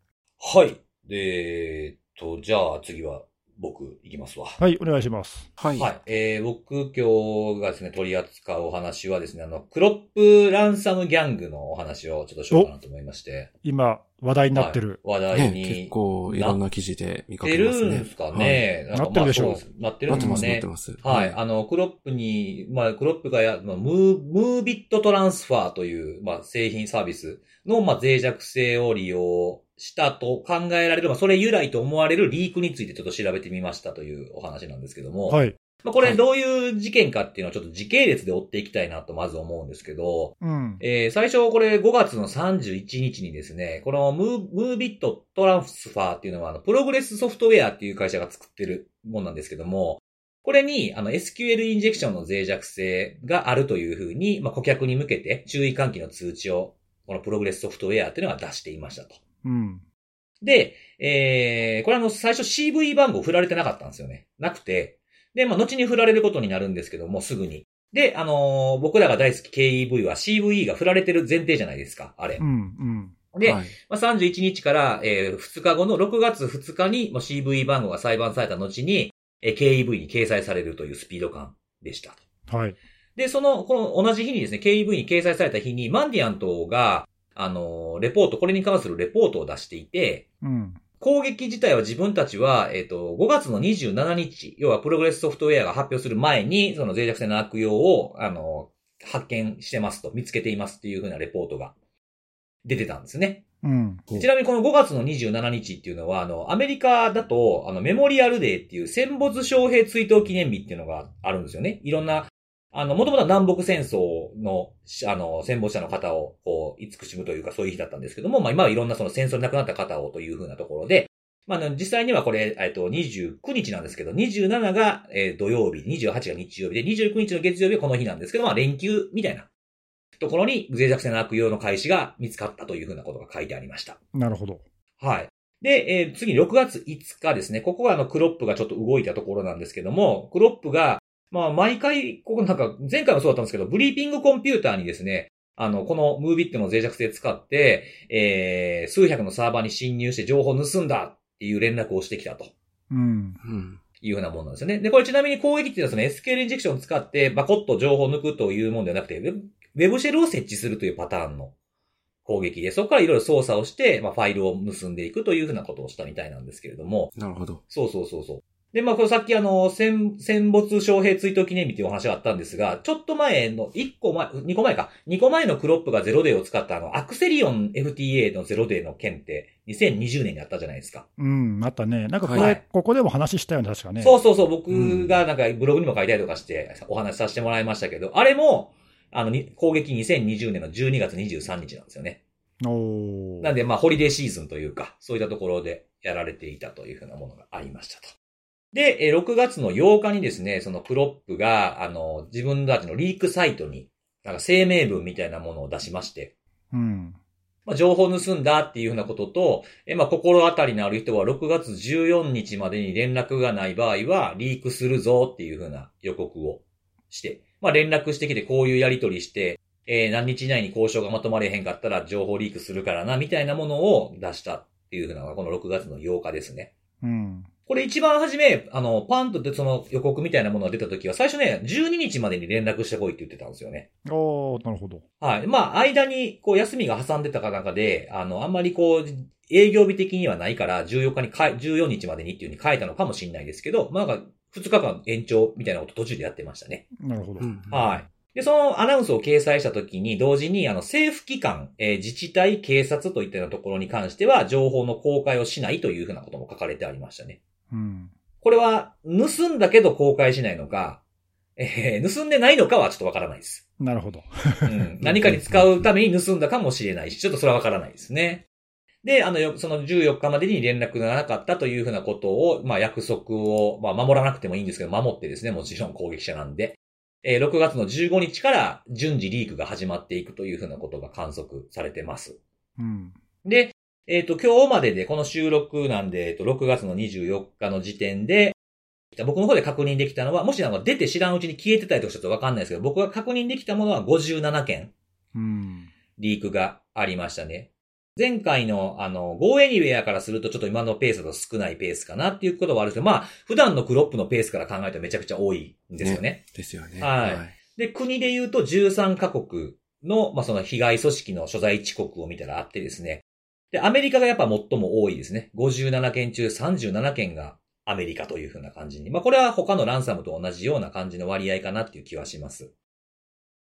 はい。でえーっと、じゃあ次は僕いきますわ。
はい、お願いします。
はい。
はい。えー、僕今日がですね、取り扱うお話はですね、あの、クロップランサムギャングのお話をちょっとしようかなと思いまして。
今、話題になってる。
はい話題に。
ね、結構いろんな記事で見
なっ
か
て
けま
る
す
ん
ね。
ですかね。
はい
んかまあ
なってるでしょう
そうすなってる
なんっ
で
て
す
ま
か
す、なっ
ね
て。ます。
はい。あの、クロップに、まあ、クロップがや、まあ、ムー、ムービットトランスファーという、まあ、製品サービスの、まあ、脆弱性を利用したと考えられる、まあ、それ由来と思われるリークについてちょっと調べてみましたというお話なんですけども。
はい。
まあ、こ
は
れ
い
どういう事件かっていうのをちょっと時系列で追っていきたいなとまず思うんですけど、
うん。
えー最初これ5月の31日にですね、このムームービットトランスファーっていうのはあの、プログレスソフトウェアっていう会社が作ってるもんなんですけども、これにあの SQL インジェクションの脆弱性があるというふうに、まあ、顧客に向けて注意喚起の通知をこのプログレスソフトウェアっていうのが出していましたと。
うん。
で、えー、これあの、最初 CV 番号振られてなかったんですよね。なくて。で、まあ、後に振られることになるんですけども、すぐに。で、あのー僕らが大好き KEV は CVE が振られてる前提じゃないですか、あれ
うん。う。ん。
で、
はい、
まあ、31日から、えー2日後の6月2日に、まあ、CVE 番号が裁判された後に、えー KEV に掲載されるというスピード感でした。
はい。
で、その、この同じ日にですね、KEV に掲載された日に、マンディアントが、あのーレポート、これに関するレポートを出していて、
うん。
攻撃自体は自分たちは、えっ、と、5月の27日、要はプログレスソフトウェアが発表する前に、その脆弱性の悪用を、あの、発見してますと、見つけていますっていう風なレポートが出てたんですね。
うん。
うん
ちなみにこの5月の27日っていうのは、あの、アメリカだと、あの、メモリアルデーっていう戦没将兵追悼記念日っていうのがあるんですよね。いろんな、あの、もともと南北戦争の、しあの、戦没者の方を、こう、慈しむというか、そういう日だったんですけども、まあ今はいろんなその戦争で亡くなった方をというふうなところで、まあ、あの実際にはこれ、えっと、29日なんですけど、27が、えー土曜日、28が日曜日で、29日の月曜日はこの日なんですけど、まあ連休みたいなところに脆弱性の悪用の開始が見つかったというふうなことが書いてありました。
なるほど。
はい。で、えー次、6月5日ですね。ここがあの、クロップがちょっと動いたところなんですけども、クロップが、まあ、毎回、ここなんか、前回もそうだったんですけど、ブリーピングコンピューターにですね、あの、このムービットの脆弱性使って、えー数百のサーバーに侵入して情報を盗んだっていう連絡をしてきたと。
うん。
うん。
いうふうなものなんですよね。で、これちなみに攻撃っていうのはその SQL インジェクションを使ってバコッと情報を抜くというものではなくて、ウェブウェブシェルを設置するというパターンの攻撃で、そこからいろいろ操作をして、まあ、ファイルを盗んでいくというふうなことをしたみたいなんですけれども、
なるほど。
そうそうそうそう。で、まあ、これさっきあの、戦、戦没将兵追悼記念日っていうお話があったんですが、ちょっと前の、1個前、2個前か、2個前のクロップがゼロデーを使ったあの、アクセリオン FTA のゼロデーの件って、2020年にあったじゃないですか。
うん。あったね。なんかこれ、
はい
ここでも話したよね、確かね。
そうそうそう、僕がなんかブログにも書いたりとかしてお話しさせてもらいましたけど、あれも、あの、に攻撃2020年の12月23日なんですよね。
おー
なんで、まあ、ホリデーシーズンというか、そういったところでやられていたというふうなものがありましたと。で、えー6月の8日にですね、そのクロップが、あの、自分たちのリークサイトに、なんか声明文みたいなものを出しまして、
うん。
まあ、情報を盗んだっていうふうなことと、えまあ、心当たりのある人は6月14日までに連絡がない場合は、リークするぞっていうふうな予告をして、まあ、連絡してきてこういうやり取りして、えー何日以内に交渉がまとまれへんかったら情報リークするからな、みたいなものを出したっていうふうなのが、この6月の8日ですね。
うん。
これ一番初め、あの、パンとでその予告みたいなものが出た時は、最初ね、12日までに連絡してこいって言ってたんですよね。
おー、なるほど。
はい。まあ、間に、こう、休みが挟んでたかなんかで、あの、あんまりこう、営業日的にはないから、14日にかい、14日までにっていうふうに書いたのかもしれないですけど、まあ、なんか、2日間延長みたいなこと途中でやってましたね。
なるほど。
うん
はい。で、そのアナウンスを掲載した時に、同時に、あの、政府機関、えー自治体、警察といったようなところに関しては、情報の公開をしないというふうなことも書かれてありましたね。
うん。
これは、盗んだけど公開しないのか、えー盗んでないのかはちょっとわからないです。
なるほど。
うん、 何かに使うために盗んだかもしれないし、ちょっとそれはわからないですね。で、あの、よその14日までに連絡がなかったというふうなことを、まあ約束を、まあ守らなくてもいいんですけど、守ってですね、もちろん攻撃者なんで。えー6月の15日から順次リークが始まっていくというふうなことが観測されてます。
うん。
で、えっ、と、今日までで、この収録なんで、えっ、と、6月の24日の時点で、僕の方で確認できたのは、もしなんか出て知らんうちに消えてたりとかちょっとわかんないですけど、僕が確認できたものは57件、
うん。
リークがありましたね。前回の、あの、Go Anywhere からするとちょっと今のペースだと少ないペースかなっていうことはあるんですけど、まあ、普段のクロップのペースから考えるとめちゃくちゃ多いんですよね
ですよね。
はいで、国で言うと13カ国の、まあ、その被害組織の所在地国を見たらあってですね。で、アメリカがやっぱ最も多いですね。57件中37件がアメリカというふうな感じに。まあ、これは他のランサムと同じような感じの割合かなっていう気はします。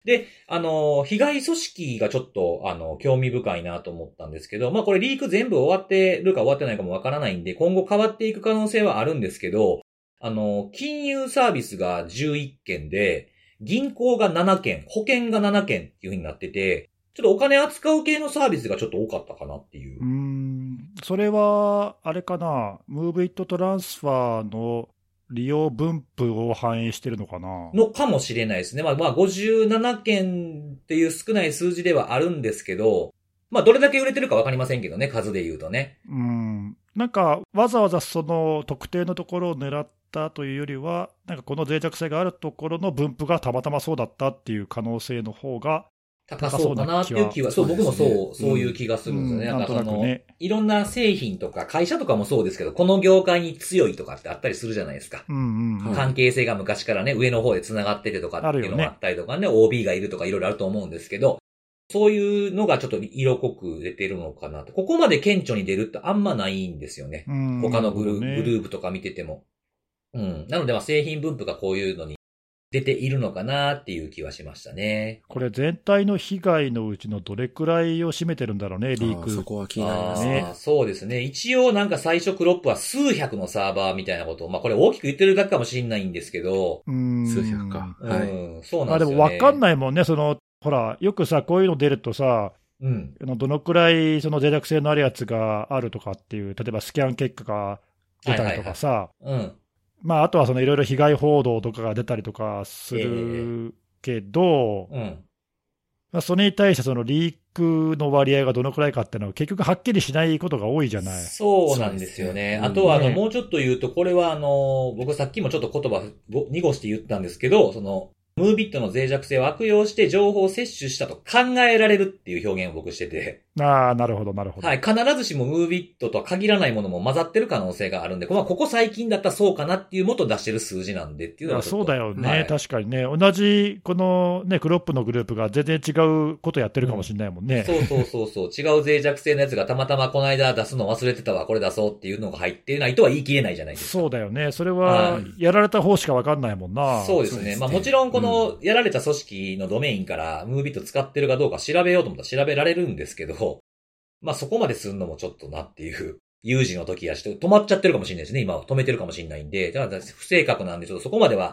で、あの、被害組織がちょっと、あの、興味深いなと思ったんですけど、まあ、これリーク全部終わってるか終わってないかもわからないんで、今後変わっていく可能性はあるんですけど、あの、金融サービスが11件で、銀行が7件、保険が7件っていう風になってて、ちょっとお金扱う系のサービスがちょっと多かったかなっていう
う。ん。それは、あれかな、ムーブイットトランスファーの利用分布を反映してるのかな。
のかもしれないですね。まあまあ57件っていう少ない数字ではあるんですけど、まあどれだけ売れてるかわかりませんけどね、数で言うとね。
うん。なんか、わざわざその特定のところを狙ったというよりは、なんかこの脆弱性があるところの分布がたまたまそうだったっていう可能性の方が、
高そうかなっていう気は、そ
そう
う、
な気
僕
は
もそう、
そうですね
そういう気がするんですよね。
う
な
ん
んかそ
なんとな
の、
くね
いろんな製品とか会社とかもそうですけど、この業界に強いとかってあったりするじゃないですか。
うんうんうん。
はい
関係性が昔からね、上の方で繋がっててとかっていうのがあったりとかね、OB がいるとかいろいろあると思うんですけど、そういうのがちょっと色濃く出てるのかなと。ここまで顕著に出るってあんまないんですよね。
うん
他のグル,、
なるほどね
グループとか見てても。うん。なので、まあ、製品分布がこういうのに出ているのかなっていう気はしましたね。
これ、全体の被害のうちのどれくらいを占めてるんだろうね、リー
あーそ
ク。
こは気になります
あ
ね。
ーそうですね。一応なんか最初クロップは数百のサーバーみたいなことを、まあこれ大きく言ってるだけかもしれないんですけど、
うん
数百か。
うん、
はい。
そう
ま
な
あ
んです
で
よね。
も分かん
い。
ないもんね、そのほら、よくさ、こういうの出るとさ、
うん。
あのどのくらいその脆弱性のあるやつがあるとかっていう、例えばスキャン結果が出たりとかさ、
うん。
まあ、あとはそのいろいろ被害報道とかが出たりとかするけど、
うん。
まあ、それに対してそのリークの割合がどのくらいかっていうのは、結局はっきりしないことが多いじゃない。
そうなんですよね。
そうですね
あとは、あの、
うん
もうちょっと言うと、これは、あの、僕さっきもちょっと言葉を濁して言ったんですけど、その、ムービットの脆弱性を悪用して情報を摂取したと考えられるっていう表現を僕してて、
ああ、なるほど、なるほど。
はい、必ずしもムービットとは限らないものも混ざってる可能性があるんで、まあ、ここ最近だったらそうかなっていうもと出してる数字なんでっていうの
いや
はちょ
そ
っと。
うだよね、
はい
確かにね、同じこの、ね、クロップのグループが全然違うことやってるかもしれないもんね。
そうそうそうそう。違う脆弱性のやつがたまたまこの間出すの忘れてたわ、これ出そうっていうのが入ってないとは言い切れないじゃないですか。
そうだよね、それ
は
はいやられた方しか分かんないもんな。
そうですね。
そうですね
まあもちろんこのやられた組織のドメインからムービット使ってるかどうか調べようと思ったら調べられるんですけど、 まあそこまでするのもちょっとなっていう、有事の時やして、止まっちゃってるかもしれないですね。今は止めてるかもしれないんで、だから不正確なんでちょっとそこまでは、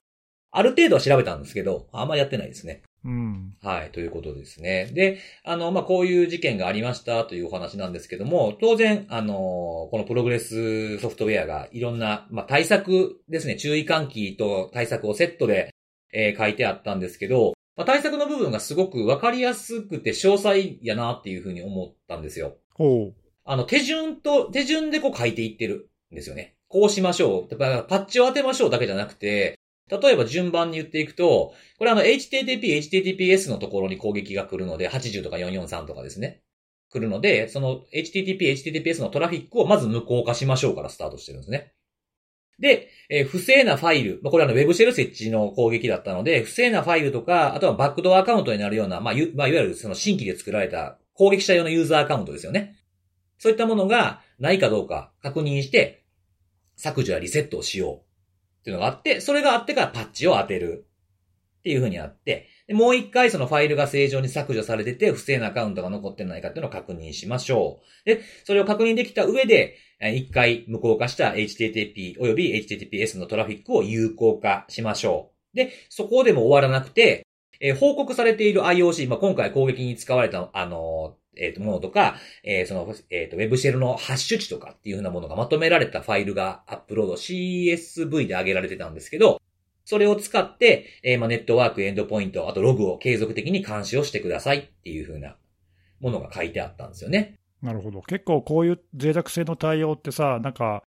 ある程度は調べたんですけど、あんまやってないですね。
うん、
はい、ということですね。で、あの、まあ、こういう事件がありましたというお話なんですけども、当然、あの、このプログレスソフトウェアがいろんな、まあ、対策ですね、注意喚起と対策をセットで、えー書いてあったんですけど、まあ、対策の部分がすごくわかりやすくて詳細やなっていうふうに思ったんですよ。
おう
あの、手順と、手順でこう書いていってるんですよね。こうしましょう。だからパッチを当てましょうだけじゃなくて、例えば順番に言っていくと、これあの HTTP、HTTPS のところに攻撃が来るので、80とか443とかですね。来るので、その HTTP、HTTPS のトラフィックをまず無効化しましょうからスタートしてるんですね。で、えー不正なファイル、まあ、これはあのウェブシェル設置の攻撃だったので、不正なファイルとか、あとはバックドアアカウントになるような、まあ、ゆまあ、いわゆるその新規で作られた攻撃者用のユーザーアカウントですよね。そういったものがないかどうか確認して、削除やリセットをしよう。っていうのがあって、それがあってからパッチを当てる。っていう風にあって、でもう一回そのファイルが正常に削除されてて、不正なアカウントが残ってないかっていうのを確認しましょう。で、それを確認できた上で、えー一回無効化した HTTP および HTTPS のトラフィックを有効化しましょう。で、そこでも終わらなくて、えー報告されている IOC、まあ、今回攻撃に使われた、あのーえっ、と、ものとか、えーその、えっ、と、ウェブシェルのハッシュ値とかっていうふうなものがまとめられたファイルがアップロード CSV で上げられてたんですけど、それを使って、えーまあ、ネットワーク、エンドポイント、あとログを継続的に監視をしてくださいっていうふうなものが書いてあったんですよね。
なるほど。結構こういう脆弱性の対応ってさ、なんか、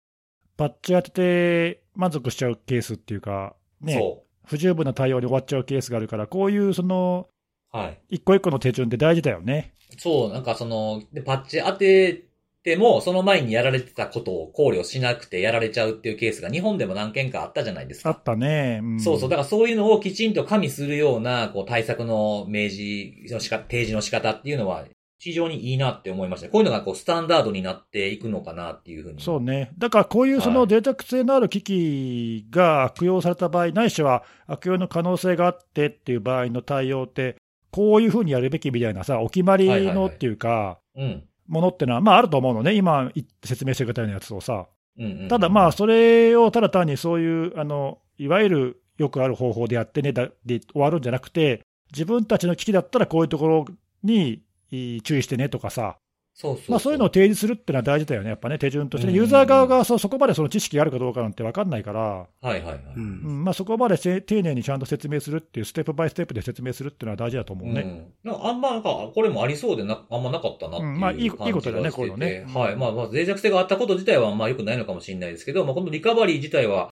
バッチ当てて満足しちゃうケースっていうか、ね、
そ
不十分な対応で終わっちゃうケースがあるから、こういうその、
う。はい。
一個一個の手順って大事だよね。
そう、なんかその、で、パッチ当てても、その前にやられてたことを考慮しなくてやられちゃうっていうケースが日本でも何件かあったじゃないです
あ
か。
ったね。ん
そうそう。だからそういうのをきちんと加味するような、こう、対策の明示の仕方、提示の仕方っていうのは、非常にいいなって思いました。こういうのがこう、スタンダードになっていくのかなっていうふうに。
そうね、だからこういうそ
は
の
い
脆弱性のある機器が悪用された場合、ないしは悪用の可能性があってっていう場合の対応って、こういうふうにやるべきみたいなさ、お決まり
はいはいは
の
い
っていうか、
うん。
ものってのは、まあ、あると思うのね、今い説明してくれたようなやつをさ、
うんうんうん、
ただまあ、それをただ単にそういうあの、いわゆるよくある方法でやってねだで終わるんじゃなくて、自分たちの機器だったらこういうところにいい注意してねとかさ、
そうそうそう。
まあ、そういうのを提示するっていうのは大事だよね、やっぱね、手順としてね、
うんうん
ユ
う
ー
ん
ザー側がそうそこまでその知識があるかどうかなんて分かんないから、
はいはいはい。
うん
うんまあ、そこまでせ丁寧にちゃんと説明するっていう、ステップバイステップで説明するっていうのは大事だと思うね。
うん、なんかあんまなんか、これもありそうでな、あんまなかったなっていううん
まあいい
感じ
いい
が
こ
して
とだ
て、
よねこういうのね
はい。まあ、まあ、脆弱性があったこと自体は、まあ、良くないのかもしれないですけど、まあ、このリカバリー自体は、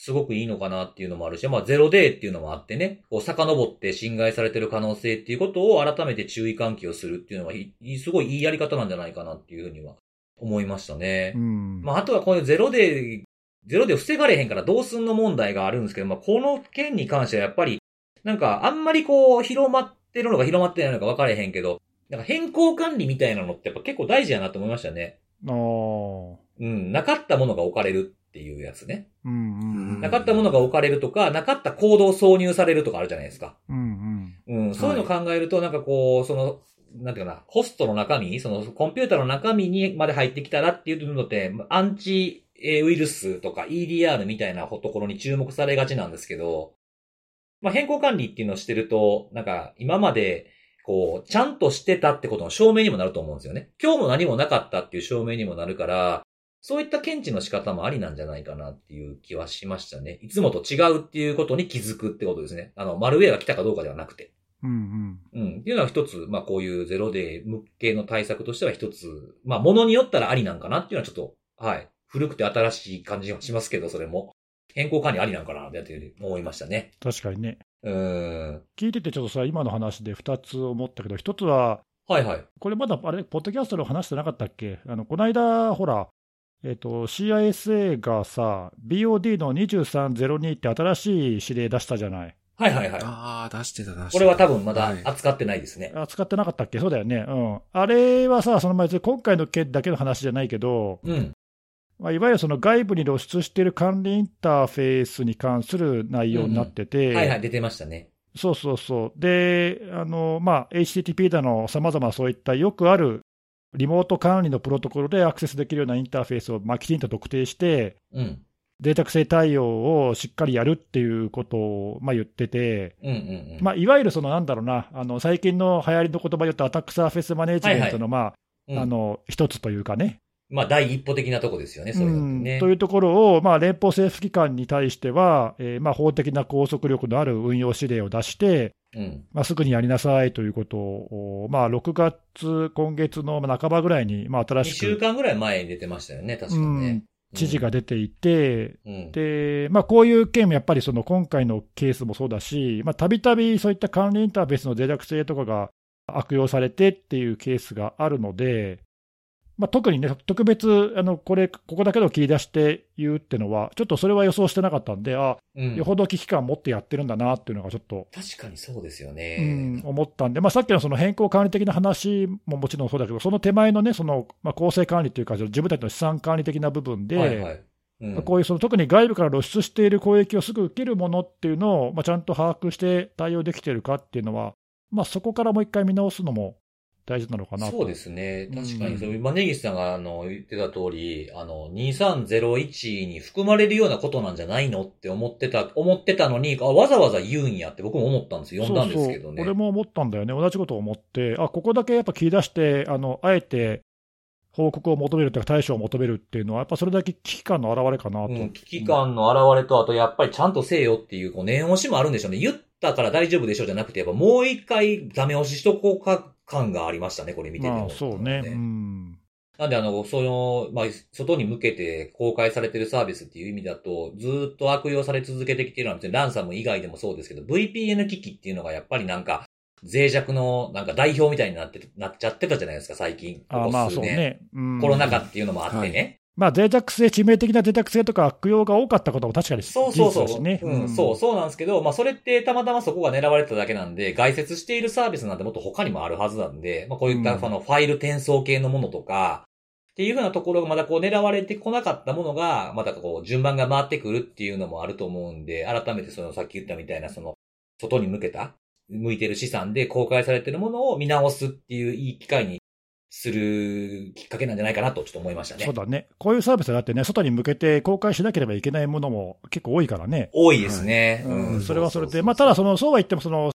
すごくいいのかなっていうのもあるし、まあ、ゼロデーっていうのもあってね、こう、遡って侵害されてる可能性っていうことを改めて注意喚起をするっていうのは、いいすごいいいやり方なんじゃないかなっていうふうには思いましたね。
うん
まあ、あとはこういうゼロで、ゼロで防がれへんからどうすんの問題があるんですけど、まあ、この件に関してはやっぱり、なんか、あんまりこう、広まってるのか広まってないのか分かれへんけど、なんか変更管理みたいなのってやっぱ結構大事やなと思いましたね。
あー
うん、なかったものが置かれるっていうやつね。
うんうん
なかったものが置かれるとか、なかった行動挿入されるとかあるじゃないですか。
うんうん
うん、そういうのを考えると、なんかこう、その、なんていうかな、ホストの中身、そのコンピューターの中身にまで入ってきたらっていうのって、アンチえーウイルスとか EDR みたいなところに注目されがちなんですけど、まあ、変更管理っていうのをしてると、なんか今まで、こう、ちゃんとしてたってことの証明にもなると思うんですよね。今日も何もなかったっていう証明にもなるから、そういった検知の仕方もありなんじゃないかなっていう気はしましたね。いつもと違うっていうことに気づくってことですね。あの、マルウェアが来たかどうかではなくて。
うんうん
うん。っていうのは一つ、まあこういうゼロデー向けの対策としては一つ、まあものによったらありなんかなっていうのはちょっと、はい。古くて新しい感じはしますけど、それも。変更管理ありなんかなっていうふうに思いましたね。
確かにね、
うーん。
聞いててちょっとさ、今の話で2つ思ったけど、1つは、
はいはい。
これまだあれ、ポッドキャストで話してなかったっけ、あのこの間、ほら、えっと CISA がさ、BOD の2302って新しい指令出したじゃない。
はいはいはい。
ああ、出してた、出してた。
これは多分まだ
はい
扱ってないですね。
あ使ってなかったっけ、そうだよね、うん、あれはさ、その前、今回の件だけの話じゃないけど、
うん。
まあ、いわゆるその外部に露出している管理インターフェースに関する内容になってて、
はいはい、出てましたね。
そうそうそう、で、あのまあ、HTTP だの、さまざまそういったよくあるリモート管理のプロトコルでアクセスできるようなインターフェースを、まあ、きちんと特定して、
うん。
データ性対応をしっかりやるっていうことを、まあ、言ってて、
うんうんうん。
まあ、いわゆるそのなんだろうな、あの最近の流行りの言葉で言うと、アタックサーフェスマネジメントの、まあ
うん
あの一つというかね、
まあ第一歩的なとこですよね、そういうのってね。
うんというところを、まあ、連邦政府機関に対しては、えーまあ、法的な拘束力のある運用指令を出して、
うん。
まあ、すぐにやりなさいということを、まあ、6月、今月の半ばぐらいに、まあ、
2
新し
週
く、
間ぐらい前に出てましたよね、確か
う
に
ん
ね。、
知事が出ていて、
うん。
でまあ、こういう件もやっぱりその今回のケースもそうだし、まあたびたびそういった管理インターフェースの脆弱性とかが悪用されてっていうケースがあるので、まあ、特にね、特別、あの、これ、ここだけの切り出して言うってのは、ちょっとそれは予想してなかったんで、あ、
うん
よほど危機感持ってやってるんだなっていうのがちょっと、
確かにそうですよ
う
ね
ん。、思ったんで、まあ、さっきのその変更管理的な話ももちろんそうだけど、その手前のね、その、まあ、構成管理というか、自分たちの資産管理的な部分で、
はいはい。うん
まあこういうその特に外部から露出している攻撃をすぐ受けるものっていうのを、まあ、ちゃんと把握して対応できてるかっていうのは、まあ、そこからもう一回見直すのも大事なのかなと。
そうですね。確か
う
に、
ん
その今、根岸さんがあの言ってた通り、あの、2301に含まれるようなことなんじゃないのって思ってた、思ってたのに、あ、わざわざ言うんやって僕も思ったんですよ。読んだんですけどね。
そうそう俺も思ったんだよね、同じことを思って、あここだけやっぱ切り出して、あのあえて報告を求めるというか、対処を求めるっていうのは、やっぱそれだけ危機感の表れかなと。
うん、危機感の表れと、あとやっぱりちゃんとせえよっていう、こう念押しもあるんでしょうね。言ったから大丈夫でしょうじゃなくて、やっぱもう一回ダメ押ししとこうか感がありましたね、これ見てても。
まあ、そうね、うん、
なんで、あの、その、まあ、外に向けて公開されてるサービスっていう意味だと、ずーっと悪用され続けてきてるのは、別にランサム以外でもそうですけど、VPN 機器っていうのがやっぱりなんか、脆弱の、なんか代表みたいになって、なっちゃってたじゃないですか、最近。こ
あ
こ
まあ
数
そう
年。
ね、うん、
コロナ禍っていうのもあってね。
まあ、脆弱性、致命的な脆弱性とか悪用が多かったことも確かに
そうそうそ
事実だし
う。
ね
うん、そう、そうなんですけど、まあそれってたまたまそこが狙われてただけなんで、外説しているサービスなんてもっと他にもあるはずなんで、まあこういった
うん
そのファイル転送系のものとか、っていうふうなところがまだこう狙われてこなかったものが、またこう順番が回ってくるっていうのもあると思うんで、改めてそのさっき言ったみたいなその、外に向けた、向いてる資産で公開されてるものを見直すっていういい機会にするきっかけなんじゃないかなとちょっと思いましたね。
そうだね、こういうサービスだってね、外に向けて公開しなければいけないものも結構多いからね、
多いですね。
うん
それはそれで、まあ、ただその、そうは言ってもその、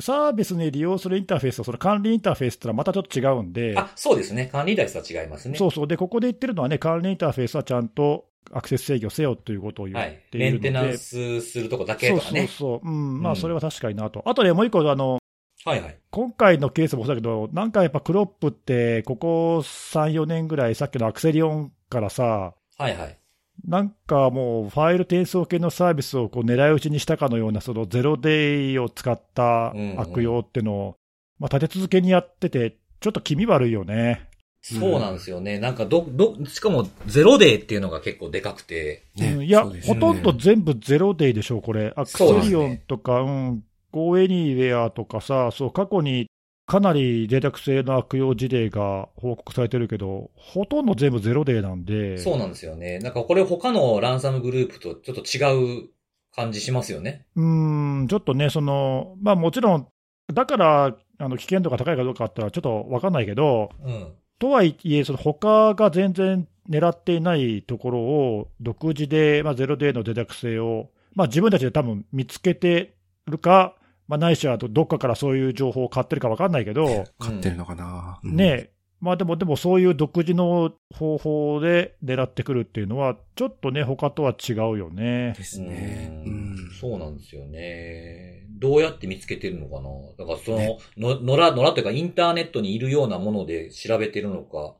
サービスに利用するインターフェースとその管理インターフェースってのはまたちょっと違うんで、
あ、そうですね。管理台数は違いますね。
そうそう、で、ここで言ってるのはね、管理インターフェースはちゃんとアクセス制御せよということを言
は
っ
い。
てい
メ
るの
ン
で、
テナンスするとこだけとか
そう
ね。
そうそう、うん、ま
う
あ、
ん
それは確かになと、あとね、もう一個あの、
はいはい。
今回のケースもそうだけど、なんかやっぱクロップって、ここ3、4年ぐらい、さっきのアクセリオンからさ、
はいはい。
なんかもう、ファイル転送系のサービスをこう狙い撃ちにしたかのような、そのゼロデイを使った悪用ってのを、まあ、立て続けにやってて、ちょっと気味悪いよね。
そうなんですよね。なんか、ど、ど、しかも、ゼロデーっていうのが結構でかくて。
ね
うんいや、
そうです
ほ
よね
とんど全部ゼロデイでしょう、これ。アクセリオンとか、うん、ゴーエニーウェアとかさ、そう、過去にかなり脆弱性の悪用事例が報告されてるけど、ほとんど全部ゼロデイなんで、
そうなんですよね。なんか、これ他のランサムグループとちょっと違う感じしますよね。
うーん、ちょっとね、その、まあもちろん、だから、あの、危険度が高いかどうかってのはちょっとわかんないけど、
うん。
とはいえ、その他が全然狙っていないところを、独自で、まあ、ゼロデーの脆弱性を、まあ、自分たちで多分見つけてるか、まあ、ないしはどどっかからそういう情報を買ってるかわかんないけど、
買ってるのかな、うん
ねえ、まあでも、でもそういう独自の方法で狙ってくるっていうのは、ちょっとね、他とは違うよね。
ですね。
う
うんん。
そうなんですよね。どうやって見つけてるのかなだからその、
ね
の、野良、野良というかインターネットにいるようなもので調べてるのか、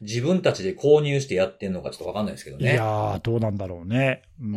自分たちで購入してやってるのかちょっとわかんないですけど
い
ね。
やー、どうなんだろうね。う
うん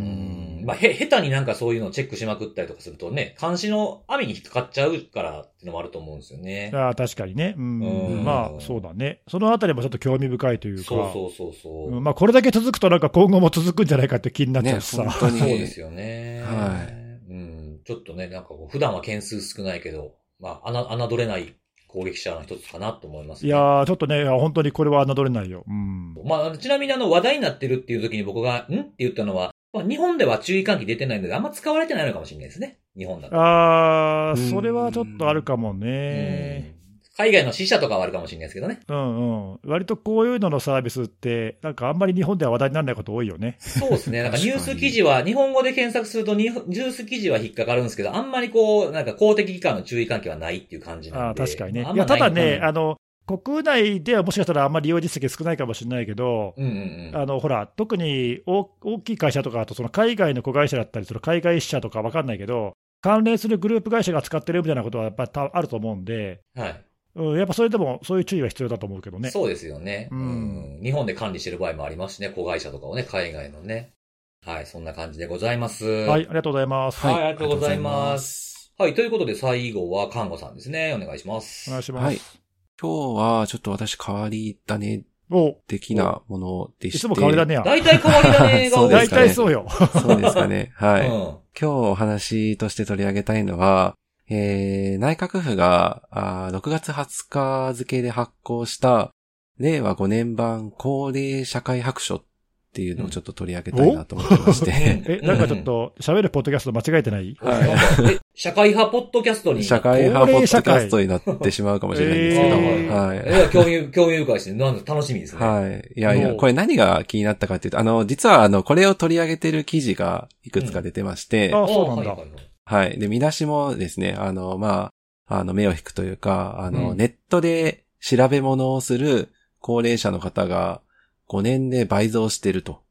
んまあ、へ、下手になんかそういうのをチェックしまくったりとかするとね、監視の網に引っかかっちゃうからっていうのもあると思うんですよね。
ああ確かにね、うん
うん
まあそうだね、そのあたりもちょっと興味深いというか、
そうそうそうそう。
うんまあ、これだけ続くと、なんか今後も続くんじゃないかって気になっちゃうしさ、
ね本当に
そうですよね。。
はい
うん。ちょっとね、なんかこう、普段は件数少ないけど、まあ、あな、侮れない攻撃者の一つかなと思います、
いやー、ちょっとね、いや本当にこれは侮れないよ、うん、
まあ、ちなみにあの、話題になってるっていう時に僕が、んって言ったのは、まあ、日本では注意喚起出てないので、あんま使われてないのかもしれないですね。日本だと。
あ
う
ー、
ん
それはちょっとあるかも
うん
ね、
海外の死者とかはあるかもしれないですけどね。
うんうん、割とこういうののサービスって、なんかあんまり日本では話題にならないこと多いよね、
そうですね。なんかニュース
確かに。
記事は、日本語で検索するとニュニュース記事は引っかかるんですけど、あんまりこう、なんか公的機関の注意喚起はないっていう感じな
あ
ん
ー
で。
確かにね
あ、ん
い
まな
やた
いの
だ
かな
ね、あの国内ではもしかしたらあんまり利用実績少ないかもしれないけど、
うんうんうん。
あのほら、特に大大きい会社とか、あとその海外の子会社だったり、その海外支社とか分かんないけど、関連するグループ会社が使ってるみたいなことはやっぱりあると思うんで、
はい、
うん、やっぱそれでもそういう注意は必要だと思うけどね。
そうですよね、う
うんん。
日本で管理してる場合もありますしね、子会社とかをね、海外のね。はい、そんな感じでございます。
は、
はい
ありがとうございます。
はいありがとうございますはい、ということで最後は看護さんですね。お願いします。
お願いし
は
ま
い
す。。
今日は、ちょっと私変わり種
お
的なもので
い
して。
つも変わりだねや。
大体変わり種が多い
そう
で
大
す
ですかね
体そうよ。
そうです かね。はい。今
うん。
日お話として取り上げたいのは、えー、内閣府があー6月20日付で発行した令和5年版高齢社会白書っていうのをちょっと取り上げたいなと思ってまして、
え、なんかちょっと、喋るポッドキャスト間違えてない
はい
なんかえ社会派ポッドキャストに。
社会派ポッドキャストになってしまうかもしれないんですけど、
えー
はい。
え興味、興味深いですね。なんか楽しみですね。
はい。いやい
も
や、
う
これ何が気になったかっていうと、あの、実はあの、これを取り上げてる記事がいくつか出てまして、
あ、そうなんだ。
はいはいはい
はい。で、見出しもですね、あの、まあ、あの、目を引くというか、あの、
うん
ネットで調べ物をする高齢者の方が5年で倍増してると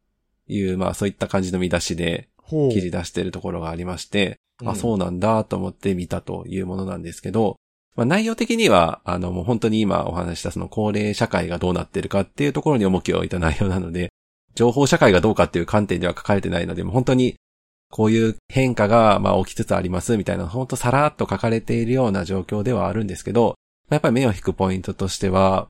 いう、まあ、そういった感じの見出しで
ほう。
記事出してるところがありまして、
う
あ、
ん
そうなんだと思って見たというものなんですけど、まあ、内容的には、あの、もう本当に今お話ししたその高齢社会がどうなってるかっていうところに重きを置いた内容なので、情報社会がどうかっていう観点では書かれてないので、もう本当にこういう変化がまあ起きつつありますみたいな、本当さらっと書かれているような状況ではあるんですけど、まあやっぱり目を引くポイントとしては、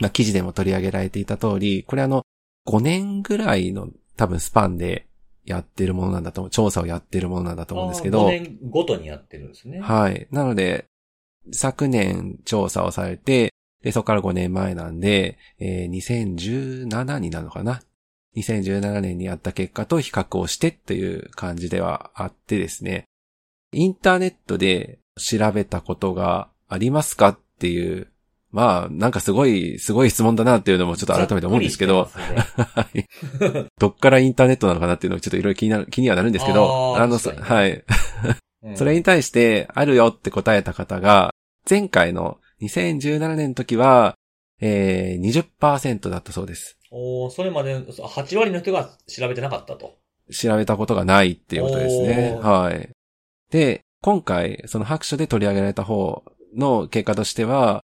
まあ記事でも取り上げられていた通り、これあの、5年ぐらいの多分スパンでやってるものなんだと思う、調査をやってるものなんだと思うんですけど、
あー5年ごとにやってるんですね。
はい。なので、昨年調査をされて、で、そこから5年前なんで、えー2017になるのかな ?2017 年にやった結果と比較をしてという感じではあってですね、インターネットで調べたことがありますかっていう、まあ、なんかすごい、すごい質問だなっていうのもちょっと改めて思うんですけど、
ざっくりしてますね
はい。 どっからインターネットなのかなっていうのをちょっといろいろ気になる、気にはなるんですけど、
あー
あの、
確かに
はい。
うん
それに対して、あるよって答えた方が、前回の2017年の時は、えー、20%だったそうです。
おーそれまでそ8割の人が調べてなかったと。
調べたことがないっていうことですね。
お
はい。で、今回、その白書で取り上げられた方の結果としては、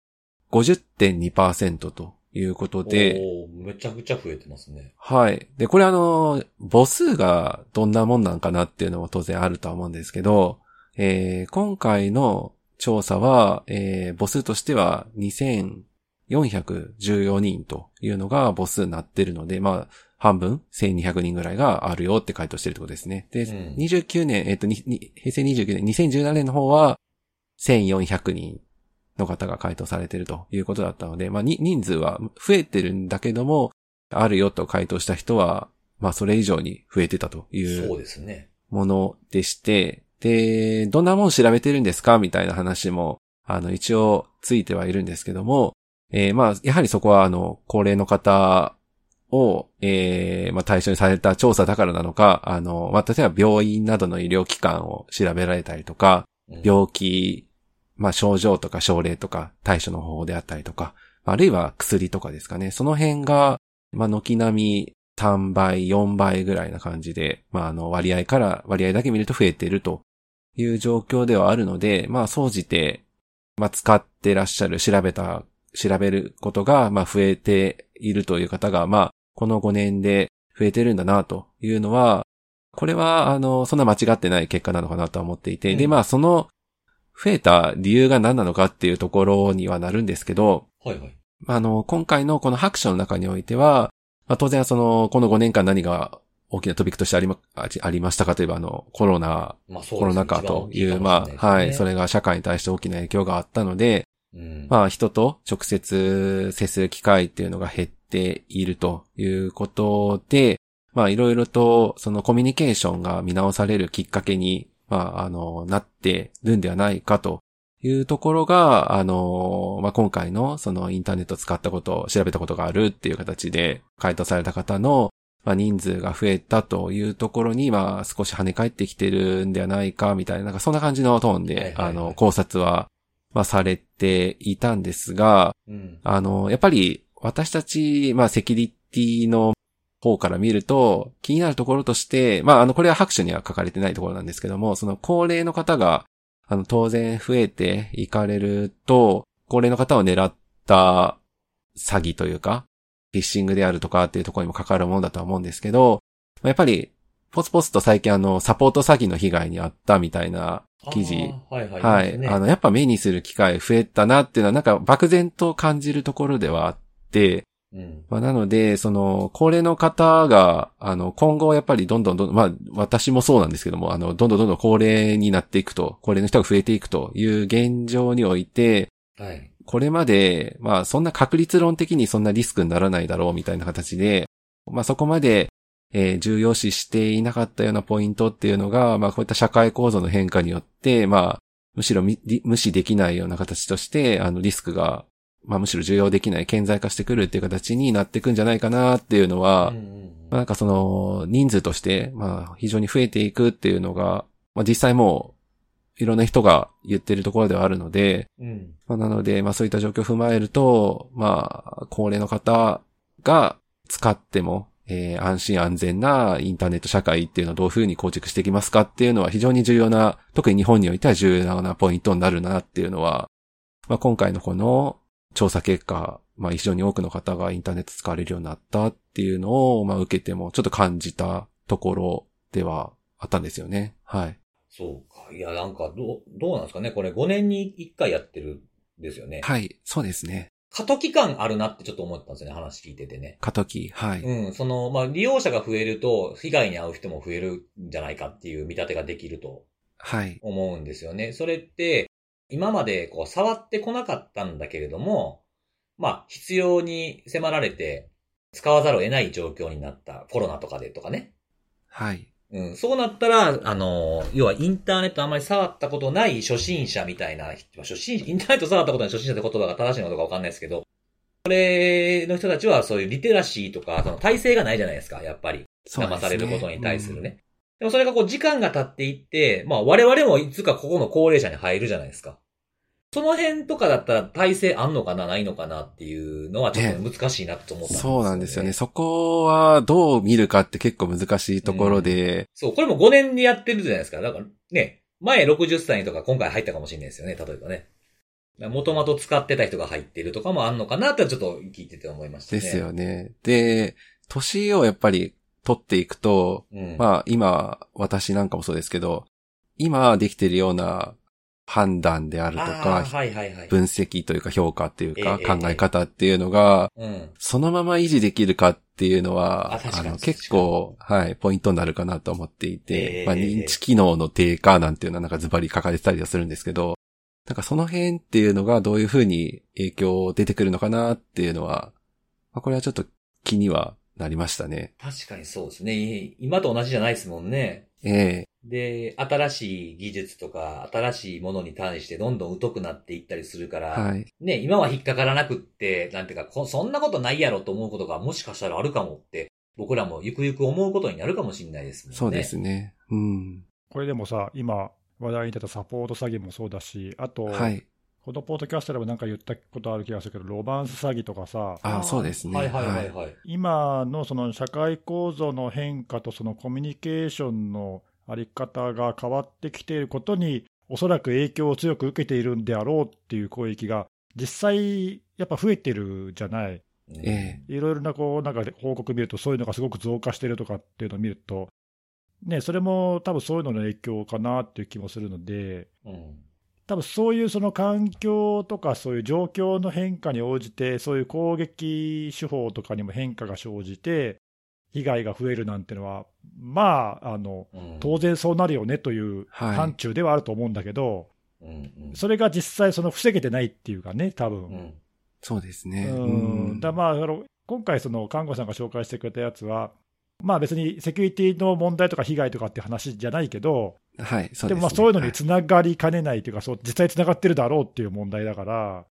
50.2%ということで、
おーめちゃくちゃ増えてますね。
はい。で、これあの、母数がどんなもんなんかなっていうのも当然あるとは思うんですけど、えー今回の調査は、えー母数としては2414人というのが母数になってるので、まあ、半分、1200人ぐらいがあるよって回答してるってことですね。で、
うん
29年、えっ、と、にに平成29年、2017年の方は1400人の方が回答されてるということだったので、まあ、に人数は増えてるんだけども、あるよと回答した人は、まあ、それ以上に増えてたという
そうですね。
ものでして、で、どんなもん調べてるんですかみたいな話も、あの、一応ついてはいるんですけども、えーまあ、やはりそこは、あの、高齢の方を、えーまあ、対象にされた調査だからなのか、あの、まあ、例えば病院などの医療機関を調べられたりとか、
うん
病気、まあ、症状とか症例とか対処の方法であったりとか、あるいは薬とかですかね。その辺が、まあ、軒並み3倍、4倍ぐらいな感じで、まあ、あの、割合から、割合だけ見ると増えてるという状況ではあるので、まあ、総じて、まあ、使ってらっしゃる、調べた、調べることが、まあ、増えているという方が、まあ、この5年で増えてるんだなというのは、これは、あの、そんな間違ってない結果なのかなとは思っていて、
う
で、
ん
まあ、その、増えた理由が何なのかっていうところにはなるんですけど、
はいはい。
まああの、今回のこの白書の中においては、まあ、当然その、この5年間何が大きなトピックとしてありま、あありましたかといえば、あの、コロナ、
まあそうですね
コロナ禍という、まあ、はい、そ。れが社会に対して大きな影響があったので、
あ、
まあ、人と直接接する機会っていうのが減っているということで、まあ、いろいろと、そのコミュニケーションが見直されるきっかけに、まあ、あの、なってるんではないかというところが、あの、まあ、今回の、そのインターネットを使ったことを調べたことがあるっていう形で回答された方の、まあ、人数が増えたというところに、まあ、少し跳ね返ってきてるんではないか、みたいな、なんかそんな感じのトー
はいは
ン
い
で、
はい
あの、考察はまあ、されていたんですが、
うん。
あの、やっぱり私たち、まあ、セキュリティの方から見ると、気になるところとして、まあ、あの、これは白書には書かれてないところなんですけども、その高齢の方が、あの、当然増えていかれると、高齢の方を狙った詐欺というか、フィッシングであるとかっていうところにも関わるものだとは思うんですけど、まあやっぱり、ポツポツと最近あの、サポート詐欺の被害に遭ったみたいな記事
あー。はいはい。
は
ります
い。
ね
あの、やっぱ目にする機会増えたなっていうのは、なんか漠然と感じるところではあって、
うん。
まあ、なので、その、高齢の方が、あの、今後やっぱりどんどんどんどん、まあ、私もそうなんですけども、あの、どんどんどんどん高齢になっていくと、高齢の人が増えていくという現状において、
はい。
これまで、まあ、そんな確率論的にそんなリスクにならないだろうみたいな形で、まあ、そこまで、えー重要視していなかったようなポイントっていうのが、まあ、こういった社会構造の変化によって、まあ、むしろみり無視できないような形として、あの、リスクが、まあ、むしろ重要できない、顕在化してくるっていう形になっていくんじゃないかなっていうのは、
うんうん
まあ、なんかその、人数として、まあ、非常に増えていくっていうのが、まあ、実際もう、いろんな人が言ってるところではあるので、
うん。
まあ、なので、まあそういった状況を踏まえると、まあ、高齢の方が使っても、えー安心安全なインターネット社会っていうのをどういうふうに構築していきますかっていうのは非常に重要な、特に日本においては重要なポイントになるなっていうのは、まあ今回のこの調査結果、まあ非常に多くの方がインターネット使われるようになったっていうのを、まあ受けてもちょっと感じたところではあったんですよね。はい。
そうか。いや、なんか、どう、どうなんですかね。これ5年に1回やってるんですよね。
はい。そうですね。
過渡期間あるなってちょっと思ったんですよね。話聞いててね。
過渡期。はい。
うん、その、まあ、利用者が増えると、被害に遭う人も増えるんじゃないかっていう見立てができると
はい。
思うんですよね。それって、今までこう、触ってこなかったんだけれども、まあ、必要に迫られて、使わざるを得ない状況になった。コロナとかでとかね。
はい。
うん、そうなったら、あの、要はインターネットあんまり触ったことない初心者みたいな、まあ初心者、インターネット触ったことない初心者って言葉が正しいのかわかんないですけど、これの人たちはそういうリテラシーとか、その体制がないじゃないですか、やっぱり。
そうで
騙
す
さ
ね
れることに対するね。でもそれがこう時間が経っていって、まあ我々もいつかここの高齢者に入るじゃないですか。その辺とかだったら体制あんのかな、ないのかなっていうのはちょっと難しいなと思ったんですよ、
そうなんですよね。。そこはどう見るかって結構難しいところで、
そう、これも5年でやってるじゃないですか。だからね、前60歳とか今回入ったかもしれないですよね、例えばね。もともと使ってた人が入ってるとかもあんのかなってちょっと聞いてて思いましたね。
です。よね。で、年をやっぱり取っていくと、
うん。あ、
まあ今、私なんかもそうですけど、今できてるような判断であると
あー
か、
はいはいはい。
分析というか評価っていうか
ええ
考え方っていうのが、
うん。
そのまま維持できるかっていうのは、
あ確かに
の結構、はい、ポイントになるかなと思っていて、
ええ
まあ、
ええ
認知機能の低下なんていうのはなんかズバリ書かれてたりはするんですけど、なんかその辺っていうのがどういうふうに影響出てくるのかなっていうのは、まあ、これはちょっと気にはなりましたね。
確かにそうですね。今と同じじゃないですもんね。
ええ
で、新しい技術とか、新しいものに対してどんどん疎くなっていったりするから、
はい。
ね、今は引っかからなくって、なんていうか、こそんなことないやろと思うことがもしかしたらあるかもって、僕らもゆくゆく思うことになるかもしれないですもんね。
そうですね。うん。
これでもさ、今、話題に出たサポート詐欺もそうだし、あと、
はい。
このポートキャストでもなんか言ったことある気がするけど、ロマンス詐欺とかさ、
ああ、そうですね。
はいはいはいはい。
今のその社会構造の変化とそのコミュニケーションのあり方が変わってきていることに、おそらく影響を強く受けているんであろうっていう攻撃が、実際、やっぱ増えてるじゃない。
うん
ええ
いろいろなこうなんか報告見ると、そういうのがすごく増加してるとかっていうのを見ると、ね、それも多分そういうのの影響かなっていう気もするので、
うん
多分そういうその環境とか、そういう状況の変化に応じて、そういう攻撃手法とかにも変化が生じて、被害が増えるなんてのは、まあ、あの
うん
当然そうなるよねという
はい
範疇ではあると思うんだけど、
うんうん
それが実際、その防げてないっていうかね、多分
うん
そうですね。
うんだまあ、あの今回、その看護師さんが紹介してくれたやつは、まあ別にセキュリティの問題とか被害とかって話じゃないけど、
はい、そうですね。
でもまあそういうの
は
につながりかねないというか、そう実際つながってるだろうっていう問題だから、だか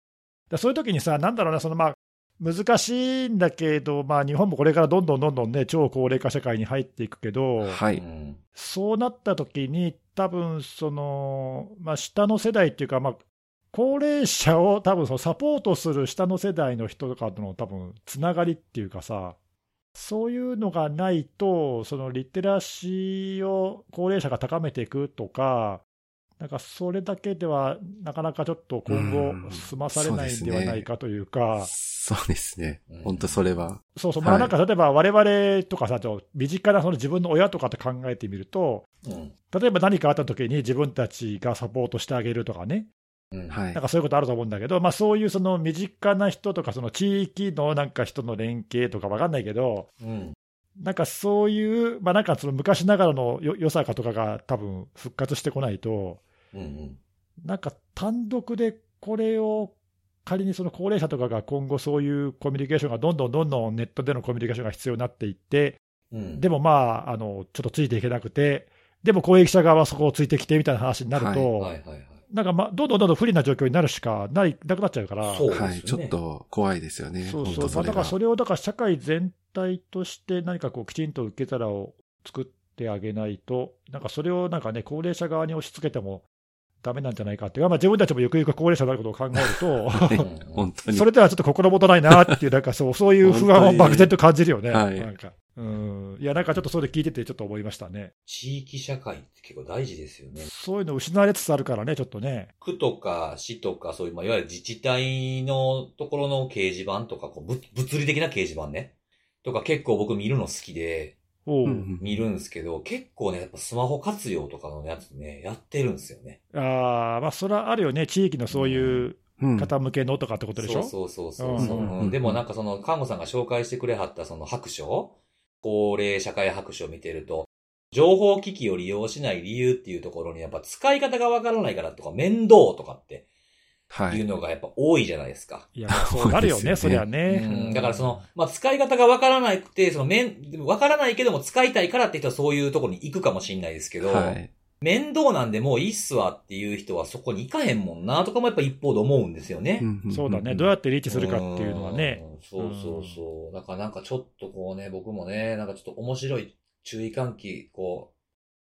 らそういう時にさ、なんだろうな、そのまあ難しいんだけど、まあ、日本もこれからどんどんどんどんね、超高齢化社会に入っていくけど、
は
う
い。
ん
そうなった時に、多分その、まあ、下の世代っていうか、まあ、高齢者を多分そのサポートする下の世代の人とかとの多分つながりっていうかさ、そういうのがないと、そのリテラシーを高齢者が高めていくとか、なんかそれだけではなかなかちょっと今
うん
後、済まされないんではないかというか、
そうですね
うん。
本当それは。
そうそう、
はい
まあなんか例えば我々とかさ、ちょっと身近なその自分の親とかって考えてみると、
うん
例えば何かあった時に自分たちがサポートしてあげるとかね、
うん。
はい
なん。かそういうことあると思うんだけど、まあ、そういうその身近な人とか、その地域のなんか人の連携とかわかんないけど、
うん。
なんかそういう、まあ、なんかその昔ながらのよ良さかとかが多分復活してこないと、
うんうん。
なんか単独でこれを仮にその高齢者とかが今後そういうコミュニケーションがどんどんどんどんネットでのコミュニケーションが必要になっていって、
うん。
でもまあ、あのちょっとついていけなくて、でも公益者側はそこをついてきてみたいな話になると、
はいはいはい。
なんか、まあ、どんどんどんどん不利な状況になるしかないなくなっちゃうから、
そうですよね
はい。ちょっと怖いですよね。
そう
本
そう
当そ
まあ
れ
だから
が。
それをだから社会全体として何かこうきちんと受け皿を作ってあげないと、なんかそれをなんかね、高齢者側に押し付けてもダメなんじゃないかっていうか、まあ、自分たちもゆくゆく高齢者になることを考
う
えると、
んうん
本当に
そ。れではちょっと心もとないなっていう、なんかそうそういう不安を漠然と感じるよね、
本当にはい
なんか。うんいや、なんかちょっとそれ聞いてて、ちょっと思いましたね。
地域社会って結構大事ですよね。
そういうの失われつつあるからね、ちょっとね。
区とか市とか、そういう、まあ、いわゆる自治体のところの掲示板とか、こうぶ物理的な掲示板ね。とか結構僕見るの好きで、
おう
うん
見るんですけど、結構ね、やっぱスマホ活用とかのやつね、やってるんですよね。
あーまあ、それはあるよね、地域のそういう
うん。
方向けのとかってことでしょ、
そうそうそうそう。
うん
うんうん
うんでもなんかその、看護さんが紹介してくれはったその白書、高齢社会白書を見てると、情報機器を利用しない理由っていうところに、やっぱ使い方がわからないからとか、面倒とかって
はいい。
うのがやっぱ多いじゃないですか。
いや、そうなるよね、そ
そうですよね
りゃね。
うんだからその、まあ、使い方がわからなくて、その面、わからないけども使いたいからって人はそういうところに行くかもしれないですけど、
はい。
面倒なんでもういいっすわっていう人はそこに行かへんもんなとかもやっぱ一方で思うんですよね。
んんん
そうだね、どうやってリーチするかっていうのはね、
うん。そうそうそう。だからなんかちょっとこうね、僕もね、なんかちょっと面白い注意喚起、こう、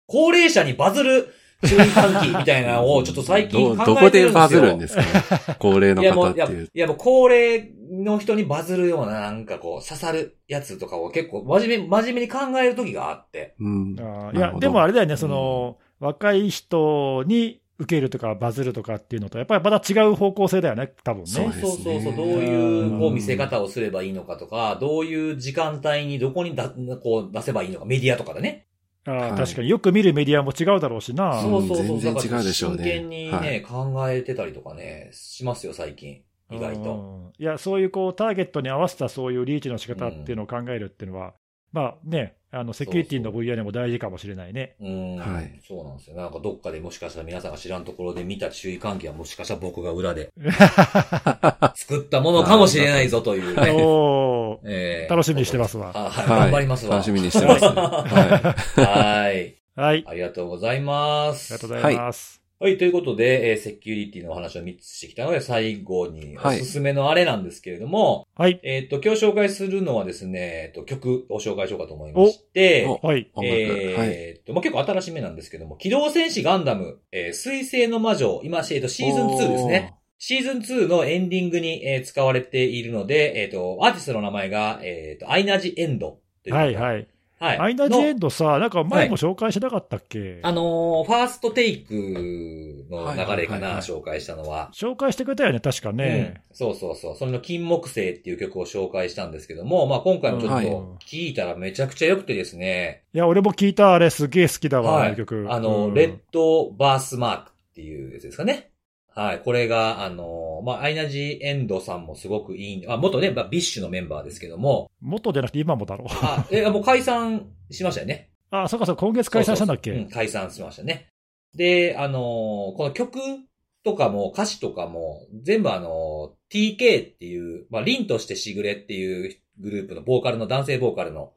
高齢者にバズる注意喚起みたいなのをちょっと最近考えてるんですよ。
どどこでバズるんですかね高齢の
いやも
方
う、
っ
い
て
や
いう
い。やもう高齢の人にバズるようななんかこう刺さるやつとかを結構真面目、真面目に考える時があって。
うん。
あーい
なる
や、
ほど
でもあれだよね、その、若い人に受けるとか、バズるとかっていうのと、やっぱりまた違う方向性だよね、多分
そう
ね
で。すね
そうそうそう、どういうこう見せ方をすればいいのかとか、どういう時間帯にどこにだこう出せばいいのか、メディアとかでね。
あー
はい
確かによく見るメディアも違うだろうしな。
そうそうそう。
全然
だから
違うでしょうね
真剣にね、
はい
考えてたりとかね、しますよ、最近。意外
う
と。
ん。いや、そういうこう、ターゲットに合わせたそういうリーチの仕方っていうのを考えるっていうのは、まあね、あのセキュリティの分野でも大事かもしれな いね。
うん、
はい
そうなんですよ。なんかどっかでもしかしたら皆さんが知らんところで見た注意喚起はもしかしたら僕が裏で作ったものかもしれないぞというね。
おー
えー
楽しみにしてますわ
あはい、
はい
頑張りますわ。
楽しみにし てます。は
はい。
はい、
ありがとうございま
あり
す。
がとうございます。
はい、ということで、えーセキュリティのお話を3つしてきたので、最後におすすめのあれなんですけれども、
はい、
えーっと、今日紹介するのはですね、えーっと、曲を紹介しようかと思いまして、
おお
はい、
い。音楽。はい。
えーっと、まあ、結構新しめなんですけども、機動戦士ガンダム、えー、水星の魔女、今、えーっと、シーズン2ですね。シーズン2のエンディングに、えー使われているので、えーっと、アーティストの名前が、えーっと、アイナジエンドという
はい、はい。
はい。
アイナ・ジ・エ
の
ンドさ、なんか前も紹介してなかったっけ、
あのーファーストテイクの流れか
はいはいはい
な、
はい
紹介したのは。
紹介してくれたよね、確かね。
うんそうそうそう。それの金木星っていう曲を紹介したんですけども、まあ今回もちょっ
はい
と聞いたらめちゃくちゃ良くてですね、
いや、俺も聞いた、あれ、すげえ好きだわ、
はい
あの曲。
あの、
うん
レッドバースマークっていうやつですかね。はい。これが、あのーまあ、アイナジ・エンドさんもすごくいい、あ、元ね、まあビッシュのメンバーですけど も、
元じゃなくて今もだろう。
あ、え、もう解散しましたよね。
あ、そうかそうか、今月開催したんだっけ
そうそうそううん解散しましたね。で、あのーこの曲とかも歌詞とかも全部あのー TK っていう、まあ、凛としてしぐれっていうグループのボーカルの男性ボーカルの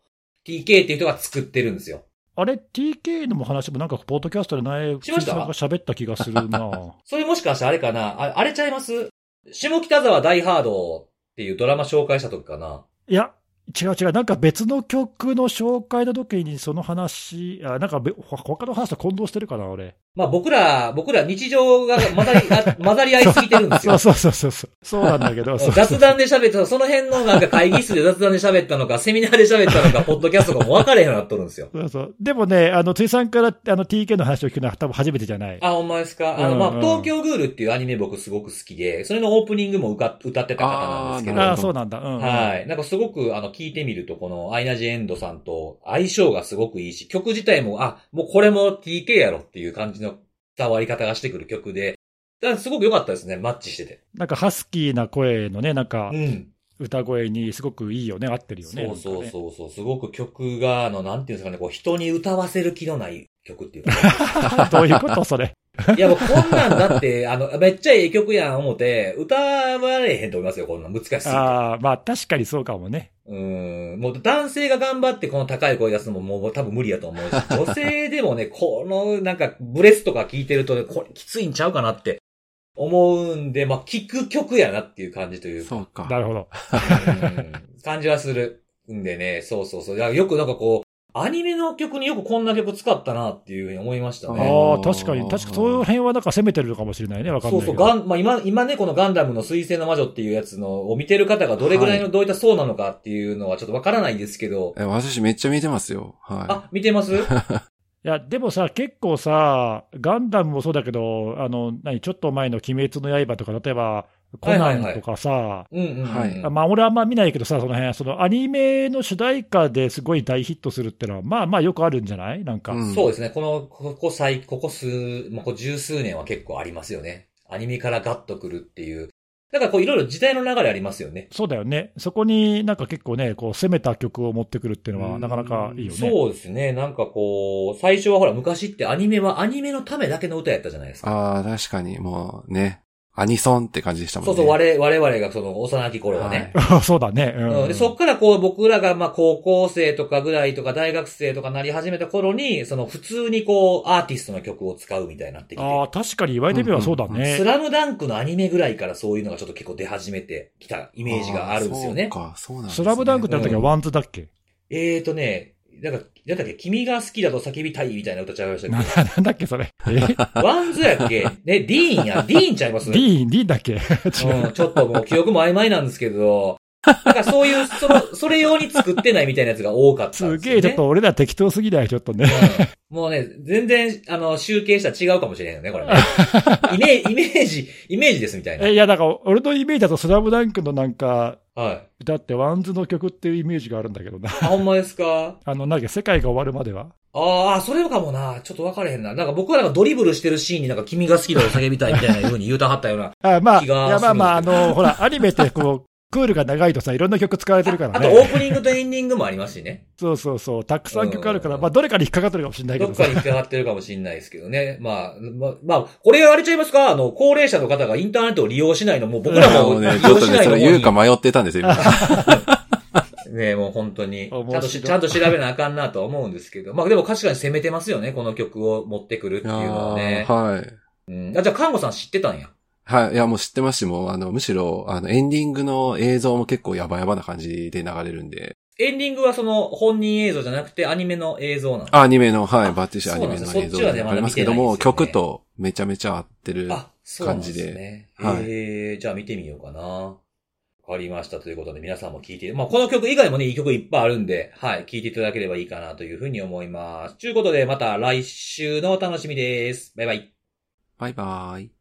TK っていう人が作ってるんですよ。
あれ、TK のも話もなんか、ポッドキャストでない、
しました
さんが喋った気がする な
それもしかしてあれかなああれちゃいます下北沢大ハードっていうドラマ紹介した時かない
や、違う違う、なんか別の曲の紹介の時にその話、あなんかべほ他の話と混同してるかな、俺。
まあ僕ら、僕ら日常が混ざり、あ混ざり合いすぎてるんです
そう
よ。
そうそうそうそう。そうなんだけど、そう
雑談で喋った、その辺のなんか会議室で雑談で喋ったの か、セミナーで喋ったのか、ポッドキャストとかも分かれへんようになっとるんですよ。
そうそう。でもね、あの、ついさんからあの TK の話を聞くのは多分初めてじゃない。
あ、ほんまですかあの、まあ
うんう、ん
東京グールっていうアニメ僕すごく好きで、それのオープニングもうか歌ってた方なんですけ
なる
あ
ど
あ、、
ほ
そうなんだ。うん。
はい。なんかすごく、あの、聞いてみると、この、アイナジ・エンドさんと相性がすごくいいし、曲自体も、あ、もうこれも TK やろっていう感じの伝わり方がしてくる曲で、だからすごく良かったですね、マッチしてて。
なんかハスキーな声のね、なんか
うん。
歌声にすごくいいよね、合ってるよね。
そうそう
なんかね
そうそう。すごく曲が、あの、なんていうんですかね、こう、人に歌わせる気のない曲っていうか。
どういうことそれ。
いや、もうこんなんだって、あの、めっちゃええ曲やん思って、歌われへんと思いますよ、こんなん難しすぎて。
ああ、まあ確かにそうかもね。
うーん。もう男性が頑張ってこの高い声出すのももう多分無理やと思 うし、女性でもね、このなんかブレスとか聞いてるとね、これきついんちゃうかなって思うんで、まあ、聞く曲やなっていう感じというか
そうか。
なるほど。
うん感じはするんでね、そうそうそう。だからよくなんかこう、アニメの曲によくこんな曲使ったなっていうふうに思いましたね。
ああ、確かに、確かその辺はなんか攻めてるのかもしれないね、わかん
そ
な
う
いけ
そ
ど。
う、ガン、まあ、今、今ね、このガンダムの水星の魔女っていうやつのを見てる方がどれぐらいの、
は
どういった層なのかっていうのはちょっとわからないんですけど、
え私めっちゃ見てますよ。は
あ、見て ます
いや、でもさ、結構さ、ガンダムもそうだけど、あの、何、ちょっと前の鬼滅の刃とか、例えば、コナンとかさ、
うんうんうん。
はい
まあ、俺はあんま見ないけどさ、その辺、そのアニメの主題歌ですごい大ヒットするってのは、まあまあよくあるんじゃないなんか。
い。ん
そうですね。この、ここ最、ここ数、もうここ十数年は結構ありますよね。アニメからガッとくるっていう。だからこういろいろ時代の流れありますよね。
そうだよね。そこになんか結構ね、こう攻めた曲を持ってくるっていうの
う
は、
ん
なかなかいいよね。
そうですね。なんかこう、最初はほら昔ってアニメはアニメのためだけの歌やったじゃないですか。
ああ、確かに、もうね、アニソンって感じでしたもん
そ
ね。
うそう、我々、我々がその幼き頃はね。
そうだね。うん
うん、でそっからこう僕らがまあ高校生とかぐらいとか大学生とかなり始めた頃に、その普通にこうアーティストの曲を使うみたいになってきて。
ああ、確かに言われてみればそうだね。
スラムダンクのアニメぐらいからそういうのがちょっと結構出始めてきたイ
イ
メージがあるんですよね。
そうか、そうなんです、
ス
ね。
ラムダンクって
だっ
あの
た
時はワンズだっけ、
えーとね、なんか、なんだっけ、君が好きだと叫びたいみたいな歌ちゃいました
な
っ
なんだっけそれ。えデ
けど、ワンズやっけね、ディーンや、ディーンちゃいます
ィーン、ディーンだっけ違う。
うん、ちょっともう記憶も曖昧なんですけど、なんかそういう、そ の、それ用に作ってないみたいなやつが多かったん
す
です
げ
よ、ね。
え、ちょっと俺ら適当すぎないちょっとね。
うんもうね、全然、あの、集計したら違うかもしれないよね、これ ね。イメイメージ、イメージですみたいな。
えいや、だから俺のイメージだとスラムダンクのなんか、
はい。
だってワンズの曲っていうイメージがあるんだけどな。
あ、ほんまですか
あの、なんか世界が終わるまでは。
ああ、それかもな。ちょっと分かれへんな。なんか僕らがドリブルしてるシーンになんか君が好きだを叫びたいみたいな風に言うたはったよう な。
あまあ、
気
い
が
やまあまあ、あ
するんです
の、ほら、アニメって こう、クールが長いとさ、いろんな曲使われてるから
あとオ
ね。
ープニングとエンディングもありますしね。
そうそうそう、たくさん曲あるから、
うん
まあ、どれかに引っかかってるかもしれないけ
ど
ど
っか
さ
に。引っかかってるかもしれないですけどね。 まあ、まあ、まあ、これあれちゃいますかあの、高齢者の方がインターネットを利用しないのも、僕ら
も
も
う
利用
ね、ちょっと
し
ね、
ない
そ
の
れ
も。
言うか迷ってたんですよ、今。
ねもう本当に。ち
面白い
ゃんとし、ちゃんと調べなあかんなとは思うんですけど。まあでも確かに攻めてますよね。この曲を持ってくるっていうのはね。
はい。
うん、あ、じゃあ、看護さん知ってたんや。
はい。いや、もう知ってますし、もう、あの、むしろ、あの、エンディングの映像も結構やばやばな感じで流れるんで。
エンディングはその本人映像じゃなくてアニメの映像なの。
あ、アニメの、はい、
あ
バッティッシュアニメの映像
そうなんですねそっちは
が
ね
流
まだ見
れ
てないんで
ますす
よね
けども、曲とめちゃめちゃ合ってる。
あ、そうなんですね。
感じで
えー、じゃあ見てみようかな。わかりました。ということで皆さんも聴いて、まあこの曲以外もね、いい曲いっぱいあるんで、はい、聴いていただければいいかなというふうに思います。ということで、また来週のお楽しみです。バイバイ。
バイバーイ。